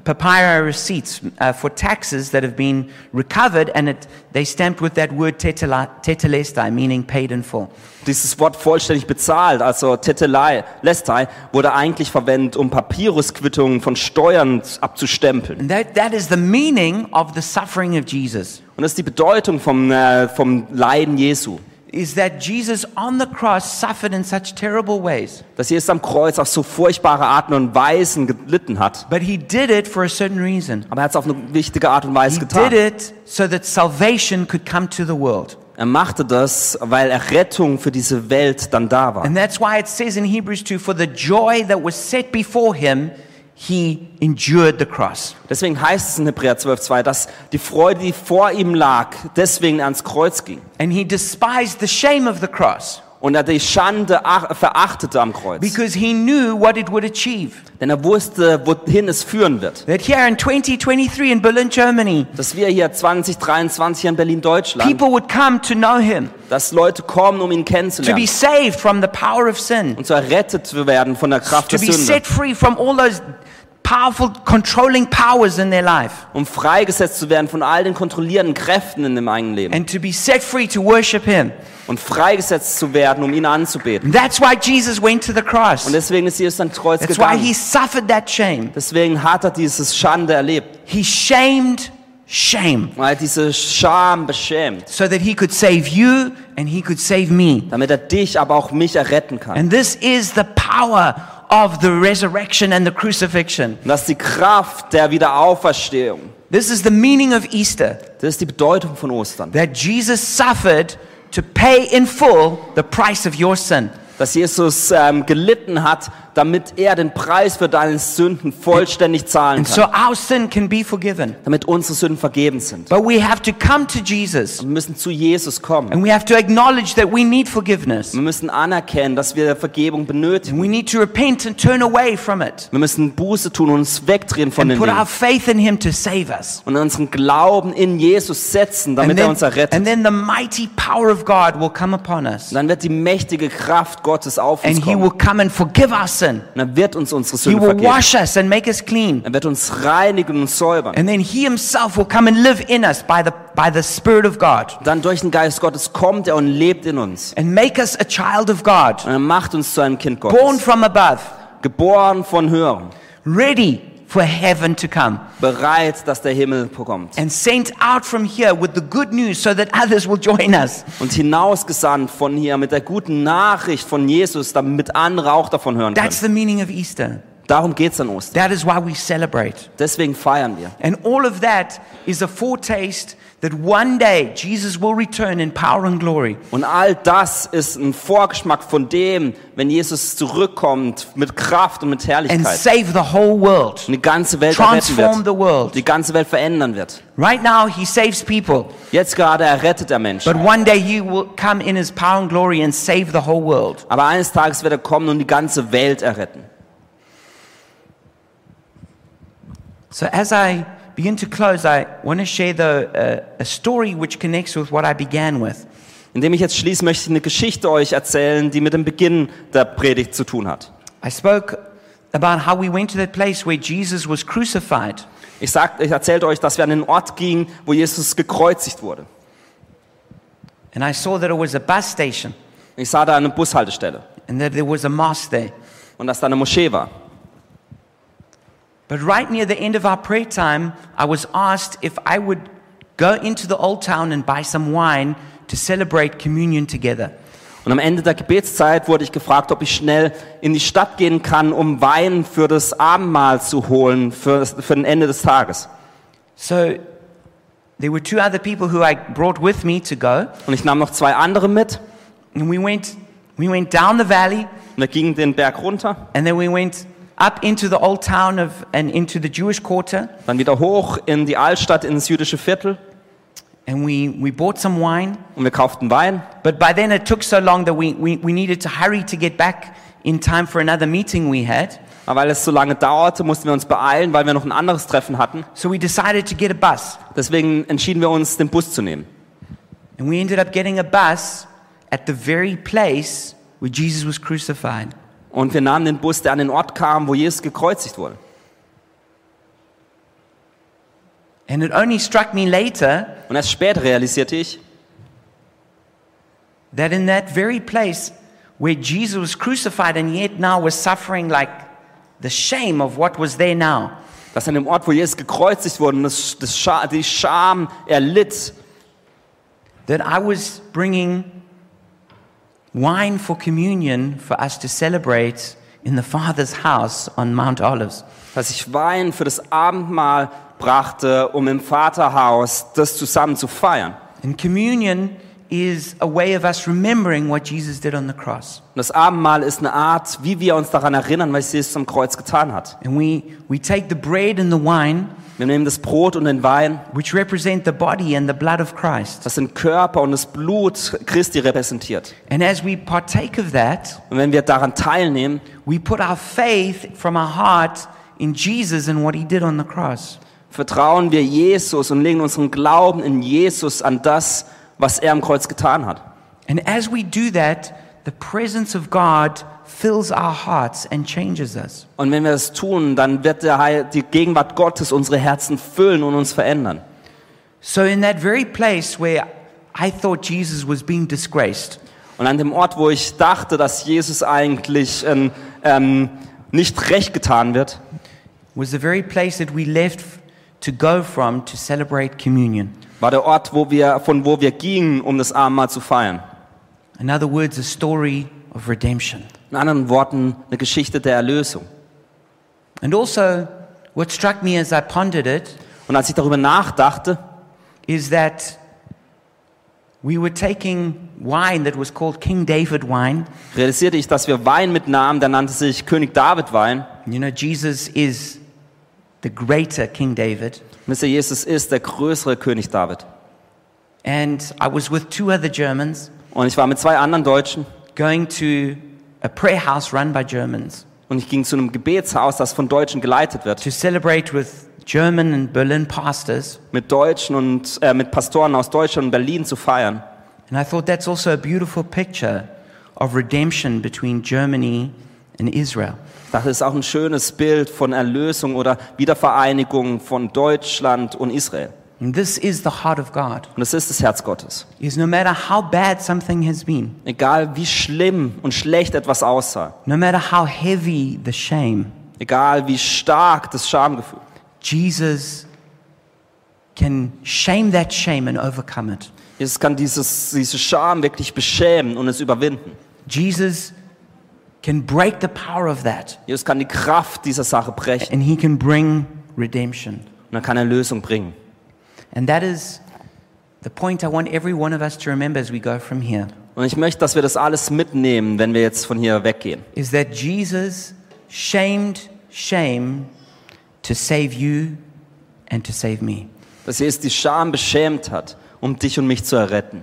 [SPEAKER 1] papyri receipts uh, for taxes that have been recovered, and it, they stamped with that word tetela, tetelestai, meaning paid in full.
[SPEAKER 2] Dieses Wort vollständig bezahlt, also Tetelai, Lestai, wurde eigentlich verwendet, um Papyrusquittungen von Steuern abzustempeln.
[SPEAKER 1] And that, that is the meaning of the suffering of Jesus.
[SPEAKER 2] Und das ist die Bedeutung vom, äh, vom Leiden Jesu.
[SPEAKER 1] Is that Jesus on the cross suffered in such terrible ways,
[SPEAKER 2] Dass Jesus am Kreuz auf so furchtbare Arten und Weisen gelitten hat.
[SPEAKER 1] but he did it for a certain reason.
[SPEAKER 2] Aber er hat es auf eine wichtige Art und Weise
[SPEAKER 1] He did
[SPEAKER 2] getan.
[SPEAKER 1] it so that salvation could come to the world.
[SPEAKER 2] Er machte das, weil Errettung für diese Welt dann da war.
[SPEAKER 1] And that's why it says in Hebrews 2 for the joy that was set before him, he endured the cross.
[SPEAKER 2] Deswegen heißt es in Hebräer 12,2, dass die Freude, die vor ihm lag, deswegen ans Kreuz ging.
[SPEAKER 1] And he despised the shame of the cross
[SPEAKER 2] Und er die Schande ach- verachtete am Kreuz.
[SPEAKER 1] because he knew what it would achieve.
[SPEAKER 2] Denn er wusste, wohin es führen wird.
[SPEAKER 1] That here in 2023 in Berlin, Germany,
[SPEAKER 2] Dass wir hier 2023 hier in Berlin, Deutschland,
[SPEAKER 1] people would come to know him,
[SPEAKER 2] dass Leute kommen, um ihn
[SPEAKER 1] to be
[SPEAKER 2] kennenzulernen.
[SPEAKER 1] saved from the power of sin,
[SPEAKER 2] Und so errettet zu werden von der Kraft
[SPEAKER 1] to
[SPEAKER 2] der
[SPEAKER 1] be
[SPEAKER 2] Sünde.
[SPEAKER 1] set free from all those powerful controlling powers in their life,
[SPEAKER 2] um freigesetzt zu werden von all den kontrollierenden Kräften in dem eigenen Leben
[SPEAKER 1] and to be set free to worship him.
[SPEAKER 2] und freigesetzt zu werden, um ihn anzubeten.
[SPEAKER 1] That's why Jesus went to the cross.
[SPEAKER 2] Und deswegen ist Jesus ans Kreuz
[SPEAKER 1] That's why
[SPEAKER 2] gegangen.
[SPEAKER 1] he suffered that shame.
[SPEAKER 2] Deswegen hat er dieses Schande erlebt.
[SPEAKER 1] He shamed shame
[SPEAKER 2] Und er hat diese Scham beschämt,
[SPEAKER 1] so that he could save you and he could save me.
[SPEAKER 2] damit er dich, aber auch mich erretten kann.
[SPEAKER 1] And this is the power of the resurrection and the crucifixion.
[SPEAKER 2] Und das ist die Kraft der Wiederauferstehung.
[SPEAKER 1] This is the meaning of Easter
[SPEAKER 2] Das ist die Bedeutung von Ostern.
[SPEAKER 1] that Jesus suffered to pay in full the price of your sin.
[SPEAKER 2] dass Jesus ähm, gelitten hat, damit er den Preis für deine Sünden vollständig zahlen
[SPEAKER 1] And so
[SPEAKER 2] kann,
[SPEAKER 1] our sin can be forgiven.
[SPEAKER 2] damit unsere Sünden vergeben sind.
[SPEAKER 1] But we have to come to Jesus
[SPEAKER 2] Wir müssen zu Jesus kommen.
[SPEAKER 1] and we have to acknowledge that we need forgiveness.
[SPEAKER 2] Wir müssen anerkennen, dass wir Vergebung benötigen.
[SPEAKER 1] And we need to repent and turn away from it
[SPEAKER 2] Wir müssen Buße tun und uns wegdrehen von
[SPEAKER 1] and
[SPEAKER 2] den
[SPEAKER 1] put
[SPEAKER 2] Dingen.
[SPEAKER 1] our faith in Him to save us.
[SPEAKER 2] Und unseren Glauben in Jesus setzen, damit
[SPEAKER 1] And
[SPEAKER 2] er
[SPEAKER 1] then,
[SPEAKER 2] uns errettet.
[SPEAKER 1] and then the mighty power of God will come upon us
[SPEAKER 2] Und dann wird die mächtige Kraft Gottes auf uns
[SPEAKER 1] and He
[SPEAKER 2] kommen.
[SPEAKER 1] will come and forgive our sin.
[SPEAKER 2] Und dann wird uns unsere
[SPEAKER 1] He
[SPEAKER 2] Sünden
[SPEAKER 1] will
[SPEAKER 2] vergeben.
[SPEAKER 1] wash us and make us clean.
[SPEAKER 2] Er wird uns reinigen und säubern.
[SPEAKER 1] And then He Himself will come and live in us by the, by the Spirit of God
[SPEAKER 2] Und dann durch den Geist Gottes kommt er und lebt in uns.
[SPEAKER 1] and make us a child of God,
[SPEAKER 2] Und er macht uns zu einem Kind
[SPEAKER 1] born
[SPEAKER 2] Gottes.
[SPEAKER 1] from above,
[SPEAKER 2] Geboren von Hören.
[SPEAKER 1] ready for heaven to come,
[SPEAKER 2] Bereit, dass der Himmel kommt.
[SPEAKER 1] and sent out from here with the good news so that others will join us.
[SPEAKER 2] Und hinausgesandt von hier mit der guten Nachricht von Jesus, damit andere auch davon hören
[SPEAKER 1] That's
[SPEAKER 2] können.
[SPEAKER 1] the meaning of Easter.
[SPEAKER 2] Darum geht's an Ostern.
[SPEAKER 1] That is why we celebrate.
[SPEAKER 2] Deswegen feiern wir.
[SPEAKER 1] And all of that is a foretaste that one day Jesus will return in power and glory.
[SPEAKER 2] Und all das ist ein Vorgeschmack von dem, wenn Jesus zurückkommt mit Kraft und mit
[SPEAKER 1] and
[SPEAKER 2] Herrlichkeit.
[SPEAKER 1] save the whole world.
[SPEAKER 2] Und die ganze Welt erretten
[SPEAKER 1] Transform
[SPEAKER 2] wird.
[SPEAKER 1] the world.
[SPEAKER 2] Die ganze Welt verändern wird.
[SPEAKER 1] Right now, he saves people,
[SPEAKER 2] Jetzt gerade errettet der Mensch.
[SPEAKER 1] but one day he will come in his power and glory and save the whole world.
[SPEAKER 2] Aber eines Tages wird er kommen und die ganze Welt erretten.
[SPEAKER 1] So, as I begin to close, I want to share the, uh, a story which connects with what I began with.
[SPEAKER 2] Indem ich jetzt schließe, möchte ich eine Geschichte euch erzählen, die mit dem Beginn der Predigt zu tun hat.
[SPEAKER 1] I spoke about how we went to that place where Jesus was crucified,
[SPEAKER 2] Ich, sag, ich erzählte euch, dass wir an den Ort gingen, wo Jesus gekreuzigt wurde.
[SPEAKER 1] and I saw that it was a bus station
[SPEAKER 2] Ich sah da eine Bushaltestelle
[SPEAKER 1] and that there was a mosque there.
[SPEAKER 2] und dass da eine Moschee war.
[SPEAKER 1] But right near the end of our prayer time, I was asked if I would go into the old town and buy some wine to celebrate communion together.
[SPEAKER 2] Und am Ende der Gebetszeit wurde ich gefragt, ob ich schnell in die Stadt gehen kann, um Wein für das Abendmahl zu holen, für, das, für den Ende des Tages.
[SPEAKER 1] So there were two other people who I brought with me to go,
[SPEAKER 2] Und ich nahm noch zwei andere mit
[SPEAKER 1] and we went, we went down the valley,
[SPEAKER 2] und wir gingen den Berg runter,
[SPEAKER 1] and then we went up into the old town of, and into the Jewish quarter,
[SPEAKER 2] dann wieder hoch in die Altstadt, ins jüdische Viertel
[SPEAKER 1] and we, we bought some wine.
[SPEAKER 2] und wir kauften Wein.
[SPEAKER 1] But by then it took so long that we, we, we needed to hurry to get back in time for another meeting we had.
[SPEAKER 2] Aber weil es so lange dauerte, mussten wir uns beeilen, weil wir noch ein anderes Treffen hatten.
[SPEAKER 1] So we decided to get a bus.
[SPEAKER 2] Deswegen entschieden wir uns, den Bus zu nehmen.
[SPEAKER 1] And we ended up getting a bus at the very place where Jesus was crucified.
[SPEAKER 2] Und wir nahmen den Bus, der an den Ort kam, wo Jesus gekreuzigt wurde.
[SPEAKER 1] And it only struck me later
[SPEAKER 2] Und erst später realisierte ich,
[SPEAKER 1] that in that very place where Jesus was crucified and yet now was suffering like the shame of what was there now,
[SPEAKER 2] dass an dem Ort, wo Jesus gekreuzigt wurde, und das, das Scha die Scham erlitt,
[SPEAKER 1] that I was bringing wine for communion for us to celebrate in the Father's house on Mount Olives.
[SPEAKER 2] dass ich Wein für das Abendmahl brachte, um im Vaterhaus das zusammen zu feiern.
[SPEAKER 1] And communion is a way of us remembering what Jesus did on the cross.
[SPEAKER 2] Und das Abendmahl ist eine Art, wie wir uns daran erinnern, was Jesus am Kreuz getan hat.
[SPEAKER 1] And we, we take the bread and the wine.
[SPEAKER 2] Wir nehmen das Brot und den Wein,
[SPEAKER 1] which represent the body and the blood of Christ.
[SPEAKER 2] das den Körper und das Blut Christi repräsentiert.
[SPEAKER 1] And as we partake of that,
[SPEAKER 2] Und wenn wir daran teilnehmen,
[SPEAKER 1] we put our faith from our heart in Jesus and what he did on the cross.
[SPEAKER 2] vertrauen wir Jesus und legen unseren Glauben in Jesus an das, was er am Kreuz getan hat.
[SPEAKER 1] And as we do that, the presence of God fills our hearts and changes us.
[SPEAKER 2] Und wenn wir das tun, dann wird der Heil, die Gegenwart Gottes unsere Herzen füllen und uns verändern.
[SPEAKER 1] So, in that very place where I thought Jesus was being disgraced,
[SPEAKER 2] Und an dem Ort, wo ich dachte, dass Jesus eigentlich ähm, ähm, nicht recht getan wird,
[SPEAKER 1] was the very place that we left to go from to celebrate communion.
[SPEAKER 2] war der Ort, wo wir, von wo wir gingen, um das Abendmahl zu feiern.
[SPEAKER 1] In other words, a story of redemption.
[SPEAKER 2] In anderen Worten, eine Geschichte der Erlösung.
[SPEAKER 1] And also, what struck me as I pondered it
[SPEAKER 2] Und als ich darüber nachdachte,
[SPEAKER 1] is that we were taking wine that was called King David wine.
[SPEAKER 2] realisierte ich, dass wir Wein mitnahmen, der nannte sich König David Wein.
[SPEAKER 1] You know, Jesus is the greater King David.
[SPEAKER 2] Mr. Jesus ist der größere König David.
[SPEAKER 1] And I was with two other Germans
[SPEAKER 2] Und ich war mit zwei anderen Deutschen
[SPEAKER 1] going to a prayer house run by Germans
[SPEAKER 2] und ich ging zu einem Gebetshaus, das von Deutschen geleitet wird,
[SPEAKER 1] to celebrate with German and Berlin pastors.
[SPEAKER 2] mit Deutschen und äh, mit Pastoren aus Deutschland und Berlin zu feiern.
[SPEAKER 1] And I thought that's also a beautiful picture of redemption between Germany and Israel.
[SPEAKER 2] Das ist auch ein schönes Bild von Erlösung oder Wiedervereinigung von Deutschland und Israel.
[SPEAKER 1] And this is the heart of God.
[SPEAKER 2] Und es ist das Herz Gottes.
[SPEAKER 1] Is no matter how bad something has been,
[SPEAKER 2] Egal wie schlimm und schlecht etwas aussah,
[SPEAKER 1] no matter how heavy the shame,
[SPEAKER 2] egal wie stark das Schamgefühl,
[SPEAKER 1] Jesus can shame that shame and overcome it.
[SPEAKER 2] Jesus kann dieses, diese Scham wirklich beschämen und es überwinden.
[SPEAKER 1] Jesus can break the power of that
[SPEAKER 2] Jesus kann die Kraft dieser Sache brechen
[SPEAKER 1] and he can bring redemption.
[SPEAKER 2] und er kann Erlösung bringen.
[SPEAKER 1] And that is the point I want every one of us to remember as we go from here
[SPEAKER 2] Und ich möchte, dass wir das alles mitnehmen, wenn wir jetzt von hier weggehen.
[SPEAKER 1] is that Jesus shamed shame to save you and to save me.
[SPEAKER 2] Dass Jesus die Scham beschämt hat, um dich und mich zu erretten.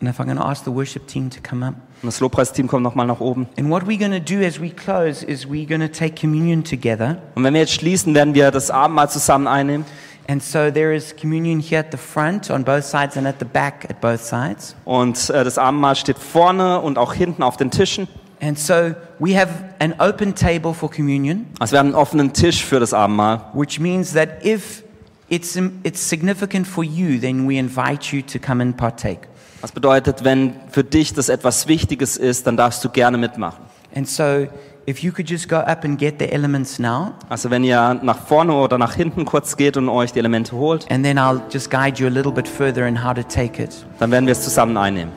[SPEAKER 1] And if I'm going to ask the worship team to come up.
[SPEAKER 2] Und das Lobpreisteam kommt nochmal nach oben.
[SPEAKER 1] And what we're going to do as we close is we're going to take communion together.
[SPEAKER 2] Und wenn wir jetzt schließen, werden wir das Abendmahl zusammen einnehmen.
[SPEAKER 1] And so there is communion here at the front on both sides and at the back at both sides.
[SPEAKER 2] Und äh, das Abendmahl steht vorne und auch hinten auf den Tischen.
[SPEAKER 1] And so we have an open table for communion,
[SPEAKER 2] Also wir haben einen offenen Tisch für das Abendmahl.
[SPEAKER 1] which means that if it's, it's significant for you, then we invite you to come and partake.
[SPEAKER 2] Das bedeutet, wenn für dich das etwas Wichtiges ist, dann darfst du gerne mitmachen.
[SPEAKER 1] And so if you could just go up and get the elements now,
[SPEAKER 2] Also wenn ihr nach vorne oder nach hinten kurz geht und euch die Elemente holt,
[SPEAKER 1] and then I'll just guide you a little bit further in how to take it.
[SPEAKER 2] dann werden wir es zusammen einnehmen.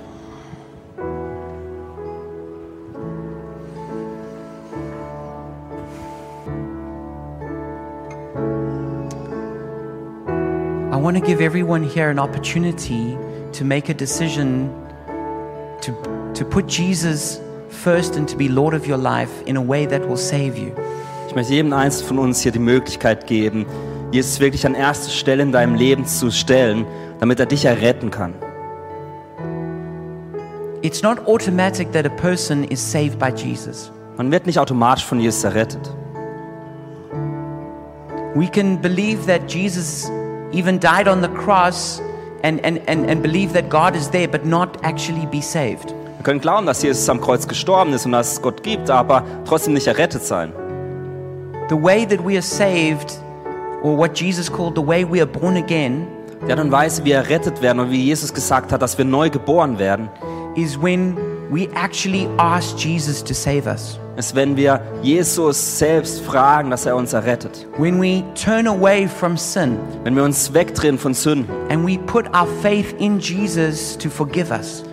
[SPEAKER 1] I want to give everyone here an opportunity to make a decision to, to put Jesus first and to be Lord of your life in a way that will save you.
[SPEAKER 2] Ich möchte jedem Einzelnen von uns hier die Möglichkeit geben, Jesus wirklich an erste Stelle in deinem Leben zu stellen, damit er dich erretten kann.
[SPEAKER 1] It's not automatic that a person is saved by Jesus.
[SPEAKER 2] Man wird nicht automatisch von Jesus errettet.
[SPEAKER 1] We can believe that Jesus even died on the cross and, and, and, and believe that God is there, but not actually be saved.
[SPEAKER 2] Wir können glauben, dass Jesus am Kreuz gestorben ist und dass es Gott gibt, aber trotzdem nicht errettet sein.
[SPEAKER 1] The way that we are saved, or what Jesus called the way we are born again,
[SPEAKER 2] Die Art und Weise, wie wir errettet werden und wie Jesus gesagt hat, dass wir neu geboren werden,
[SPEAKER 1] is when we actually ask Jesus to save us.
[SPEAKER 2] ist, wenn wir Jesus selbst fragen, dass er uns errettet.
[SPEAKER 1] When we turn away from sin
[SPEAKER 2] Wenn wir uns wegdrehen von Sünden
[SPEAKER 1] and we put our faith in Jesus to forgive us.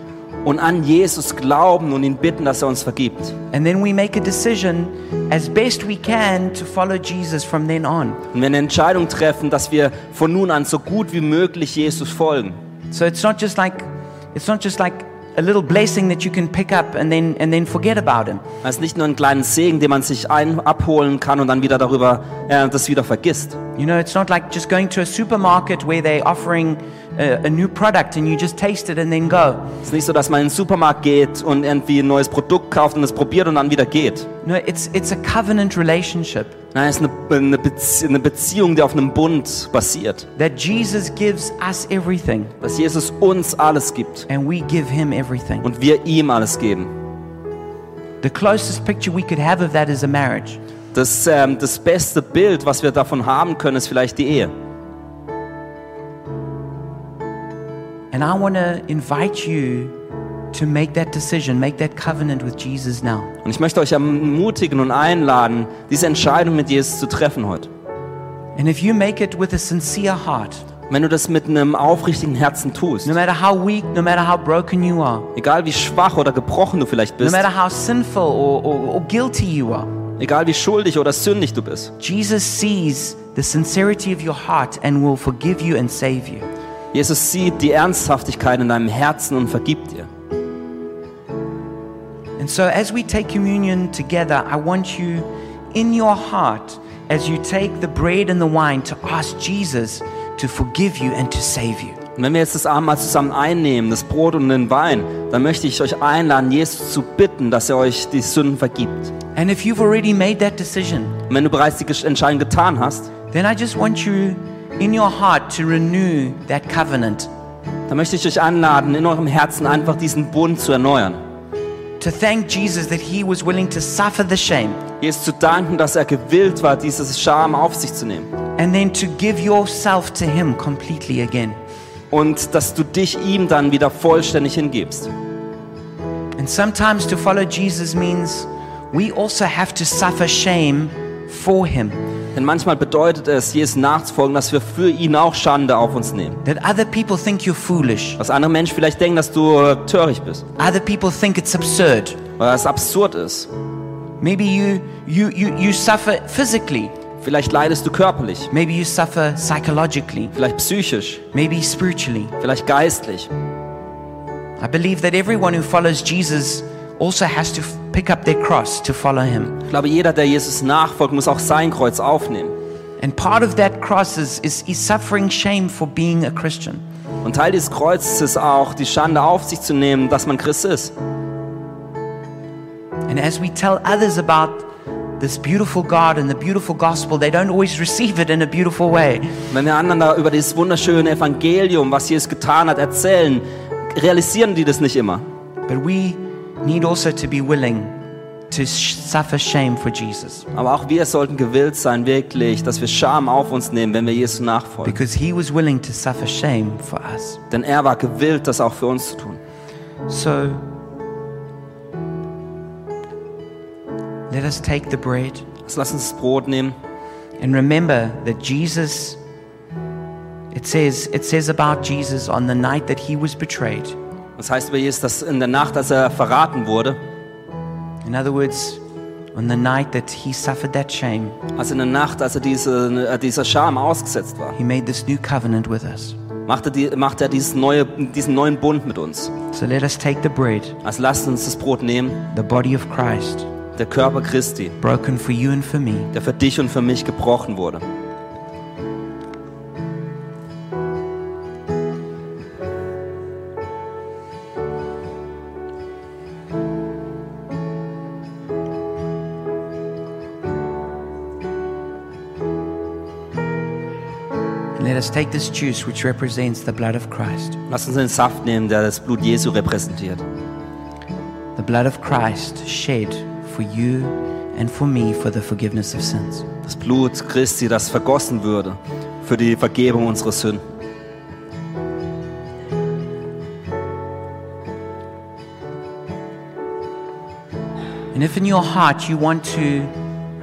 [SPEAKER 2] und an Jesus glauben und ihn bitten, dass er uns vergibt.
[SPEAKER 1] And then we make a decision as best we can to follow Jesus from then on.
[SPEAKER 2] Und wir eine Entscheidung treffen, dass wir von nun an so gut wie möglich Jesus folgen.
[SPEAKER 1] So it's not just like it's not just like a little blessing that you can pick up and then and then forget about him.
[SPEAKER 2] Das ist nicht nur ein kleinen Segen, den man sich ein abholen kann und dann wieder darüber äh, das wieder vergisst.
[SPEAKER 1] You know, it's not like just going to a supermarket where they're offering a, a new product and you just taste it and then go.
[SPEAKER 2] Es ist nicht so, dass man in den Supermarkt geht und irgendwie ein neues Produkt kauft und es probiert und dann wieder geht.
[SPEAKER 1] No, it's it's a covenant relationship
[SPEAKER 2] Nein, es ist eine, eine, Bezie eine Beziehung, die auf einem Bund basiert.
[SPEAKER 1] that Jesus gives us everything
[SPEAKER 2] Dass Jesus uns alles gibt
[SPEAKER 1] and we give him everything.
[SPEAKER 2] und wir ihm alles geben.
[SPEAKER 1] The closest picture we could have of that is a marriage.
[SPEAKER 2] Das, ähm, das beste Bild, was wir davon haben können, ist vielleicht die Ehe.
[SPEAKER 1] And I want to invite you to make that decision, make that covenant with Jesus now.
[SPEAKER 2] Und ich möchte euch ermutigen und einladen, diese Entscheidung mit Jesus zu treffen heute.
[SPEAKER 1] And if you make it with a sincere heart,
[SPEAKER 2] Wenn du das mit einem aufrichtigen Herzen tust,
[SPEAKER 1] no matter how weak, no matter how broken you are,
[SPEAKER 2] egal wie schwach oder gebrochen du vielleicht
[SPEAKER 1] no
[SPEAKER 2] bist,
[SPEAKER 1] matter how sinful or, or, or guilty you are,
[SPEAKER 2] egal wie schuldig oder sündig du bist,
[SPEAKER 1] Jesus sees the sincerity of your heart and will forgive you and save you.
[SPEAKER 2] Jesus sieht die Ernsthaftigkeit in deinem Herzen und vergibt dir.
[SPEAKER 1] And so, as we take communion together, I want you in your heart, as you take the bread and the wine, to ask Jesus to forgive you and to save you.
[SPEAKER 2] Und wenn wir jetzt das Abendmahl zusammen einnehmen, das Brot und den Wein, dann möchte ich euch einladen, Jesus zu bitten, dass er euch die Sünden vergibt.
[SPEAKER 1] And if you've already made that decision,
[SPEAKER 2] Und wenn du bereits die Gesch- Entscheidung getan hast,
[SPEAKER 1] then I just want you in your heart to renew that covenant,
[SPEAKER 2] dann möchte ich euch einladen, in eurem Herzen einfach diesen Bund zu erneuern.
[SPEAKER 1] to thank Jesus that he was willing to suffer the shame,
[SPEAKER 2] Jesus zu danken, dass er gewillt war, dieses Scham auf sich zu nehmen.
[SPEAKER 1] and then to give yourself to him completely again.
[SPEAKER 2] Und dass du dich ihm dann wieder vollständig hingibst.
[SPEAKER 1] And sometimes to follow Jesus means we also have to suffer shame for him,
[SPEAKER 2] Denn manchmal bedeutet es, Jesus nachzufolgen, dass wir für ihn auch Schande auf uns nehmen.
[SPEAKER 1] that other people think you're foolish.
[SPEAKER 2] Dass andere Menschen vielleicht denken, dass du äh, töricht bist.
[SPEAKER 1] Other people think it's absurd.
[SPEAKER 2] Oder dass es absurd ist.
[SPEAKER 1] Maybe you, you, you, you suffer physically.
[SPEAKER 2] Vielleicht leidest du körperlich.
[SPEAKER 1] Maybe you suffer psychologically.
[SPEAKER 2] Vielleicht psychisch.
[SPEAKER 1] Maybe spiritually.
[SPEAKER 2] Vielleicht geistlich.
[SPEAKER 1] I believe that everyone who follows Jesus also has to f- pick up their cross to follow him.
[SPEAKER 2] Ich glaube, jeder, der Jesus nachfolgt, muss auch sein Kreuz aufnehmen.
[SPEAKER 1] And part of that cross is, is, is suffering shame for being a Christian.
[SPEAKER 2] Und Teil dieses Kreuzes ist auch, die Schande auf sich zu nehmen, dass man Christ ist.
[SPEAKER 1] And as we tell others about this beautiful God and the beautiful gospel, they don't always receive it in a beautiful way.
[SPEAKER 2] Und wenn wir anderen da über dieses wunderschöne Evangelium, was Jesus getan hat, erzählen, realisieren die das nicht immer.
[SPEAKER 1] But we need also to be willing to sh- suffer shame for Jesus
[SPEAKER 2] Aber auch wir sollten gewillt sein, wirklich, dass wir Scham auf uns nehmen, wenn wir Jesus nachfolgen.
[SPEAKER 1] because he was willing to suffer shame for us.
[SPEAKER 2] Denn er war gewillt, das auch für uns zu tun.
[SPEAKER 1] So let us take the bread
[SPEAKER 2] Also lass uns das Brot nehmen.
[SPEAKER 1] and remember that Jesus it says it says about Jesus on the night that he was betrayed.
[SPEAKER 2] Das heißt über Jesus, dass in der Nacht, als er verraten wurde,
[SPEAKER 1] In other words, on the night that he suffered that shame,
[SPEAKER 2] also in der Nacht, als er diese, äh, dieser Scham ausgesetzt war,
[SPEAKER 1] he made this new covenant with us.
[SPEAKER 2] machte, die, machte er dieses neue, diesen neuen Bund mit uns.
[SPEAKER 1] So let us take the bread,
[SPEAKER 2] Also lasst uns das Brot nehmen,
[SPEAKER 1] the body of Christ,
[SPEAKER 2] der Körper Christi.
[SPEAKER 1] broken for you and for me.
[SPEAKER 2] der für dich und für mich gebrochen wurde.
[SPEAKER 1] And let us take this juice which represents the blood of Christ.
[SPEAKER 2] Lass uns den Saft nehmen, der das Blut Jesu repräsentiert.
[SPEAKER 1] The blood of Christ shed for you and for me for the forgiveness of sins.
[SPEAKER 2] Das Blut Christi, das vergossen würde für die Vergebung unserer Sünden.
[SPEAKER 1] And if in your heart you want to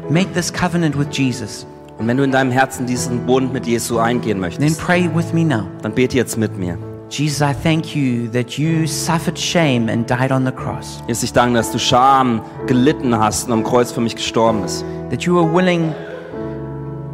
[SPEAKER 1] make this covenant with Jesus,
[SPEAKER 2] Und wenn du in deinem Herzen diesen Bund mit Jesu eingehen
[SPEAKER 1] then
[SPEAKER 2] möchtest,
[SPEAKER 1] pray with me now.
[SPEAKER 2] dann bete jetzt mit mir.
[SPEAKER 1] Jesus, I thank you that you suffered shame and died on the cross,
[SPEAKER 2] Jesus, ich danke, dass du Scham gelitten hast und am Kreuz für mich gestorben bist.
[SPEAKER 1] that you were willing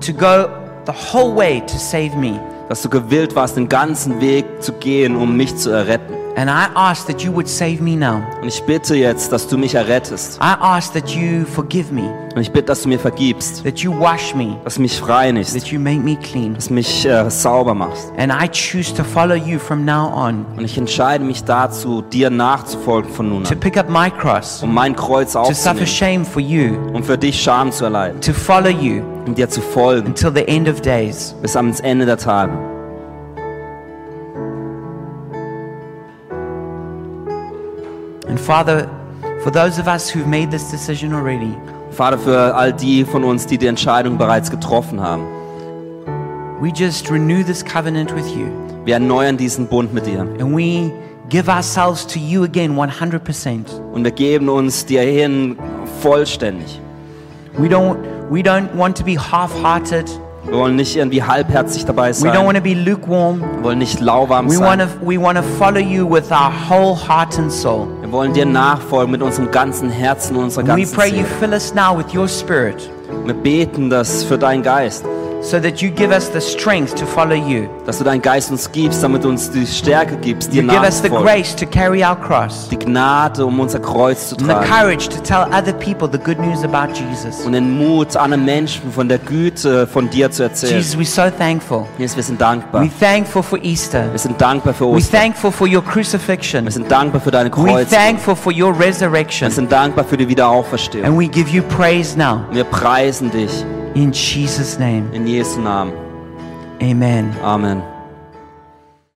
[SPEAKER 1] to go the whole way to save me.
[SPEAKER 2] Dass du gewillt warst, den ganzen Weg zu gehen, um mich zu erretten.
[SPEAKER 1] And I ask that you would save me now.
[SPEAKER 2] Und ich bitte jetzt, dass du mich errettest.
[SPEAKER 1] I ask that you forgive me,
[SPEAKER 2] Und ich bitte, dass du mir vergibst.
[SPEAKER 1] that you wash me,
[SPEAKER 2] Dass du mich reinigst.
[SPEAKER 1] that you make me clean.
[SPEAKER 2] Dass du mich äh, sauber machst.
[SPEAKER 1] And I choose to follow you from now on,
[SPEAKER 2] Und ich entscheide mich dazu, dir nachzufolgen von nun
[SPEAKER 1] to
[SPEAKER 2] an,
[SPEAKER 1] pick up my cross,
[SPEAKER 2] um mein Kreuz
[SPEAKER 1] to suffer
[SPEAKER 2] aufzunehmen,
[SPEAKER 1] shame for you,
[SPEAKER 2] um für dich Scham zu erleiden,
[SPEAKER 1] to follow you
[SPEAKER 2] um dir zu folgen
[SPEAKER 1] until the end of days.
[SPEAKER 2] bis ans Ende der Tage.
[SPEAKER 1] And Father, for those of us who've made this decision already,
[SPEAKER 2] Vater, für all die von uns, die die Entscheidung bereits getroffen haben,
[SPEAKER 1] we just renew this covenant with you
[SPEAKER 2] wir erneuern diesen Bund mit dir
[SPEAKER 1] and we give ourselves to you again 100%.
[SPEAKER 2] und wir geben uns dir hin vollständig.
[SPEAKER 1] We don't, we don't want to be half hearted,
[SPEAKER 2] Wir wollen nicht irgendwie halbherzig dabei
[SPEAKER 1] we don't
[SPEAKER 2] sein,
[SPEAKER 1] want to be lukewarm.
[SPEAKER 2] wir wollen nicht lauwarm
[SPEAKER 1] We want
[SPEAKER 2] sein.
[SPEAKER 1] to we want to follow you with our whole heart and soul.
[SPEAKER 2] Wir wollen dir nachfolgen mit unserem ganzen Herzen und unserer
[SPEAKER 1] And we
[SPEAKER 2] ganzen
[SPEAKER 1] pray you
[SPEAKER 2] Seele.
[SPEAKER 1] fill us now with your spirit.
[SPEAKER 2] Wir beten das für deinen Geist,
[SPEAKER 1] so that you give us the strength to follow you.
[SPEAKER 2] dass du deinen Geist uns gibst, damit du uns die Stärke gibst, dir
[SPEAKER 1] You give us the
[SPEAKER 2] nachzufolgen.
[SPEAKER 1] grace to carry our cross
[SPEAKER 2] Die Gnade, um unser Kreuz zu
[SPEAKER 1] and the
[SPEAKER 2] tragen.
[SPEAKER 1] courage to tell other people the good news about Jesus.
[SPEAKER 2] Und den Mut, anderen Menschen von der Güte von dir zu erzählen.
[SPEAKER 1] Jesus, we're so thankful.
[SPEAKER 2] Jesus, wir sind dankbar.
[SPEAKER 1] We're thankful for Easter.
[SPEAKER 2] Wir sind dankbar für
[SPEAKER 1] We're
[SPEAKER 2] Ostern.
[SPEAKER 1] thankful for your
[SPEAKER 2] Wir
[SPEAKER 1] crucifixion.
[SPEAKER 2] sind dankbar für deine
[SPEAKER 1] We're
[SPEAKER 2] Kreuze.
[SPEAKER 1] thankful for your
[SPEAKER 2] Wir
[SPEAKER 1] resurrection.
[SPEAKER 2] sind dankbar für die Wiederauferstehung.
[SPEAKER 1] And we give you praise now.
[SPEAKER 2] Wir preisen dich
[SPEAKER 1] In Jesus' name,
[SPEAKER 2] in Jesu Namen.
[SPEAKER 1] amen.
[SPEAKER 2] Amen.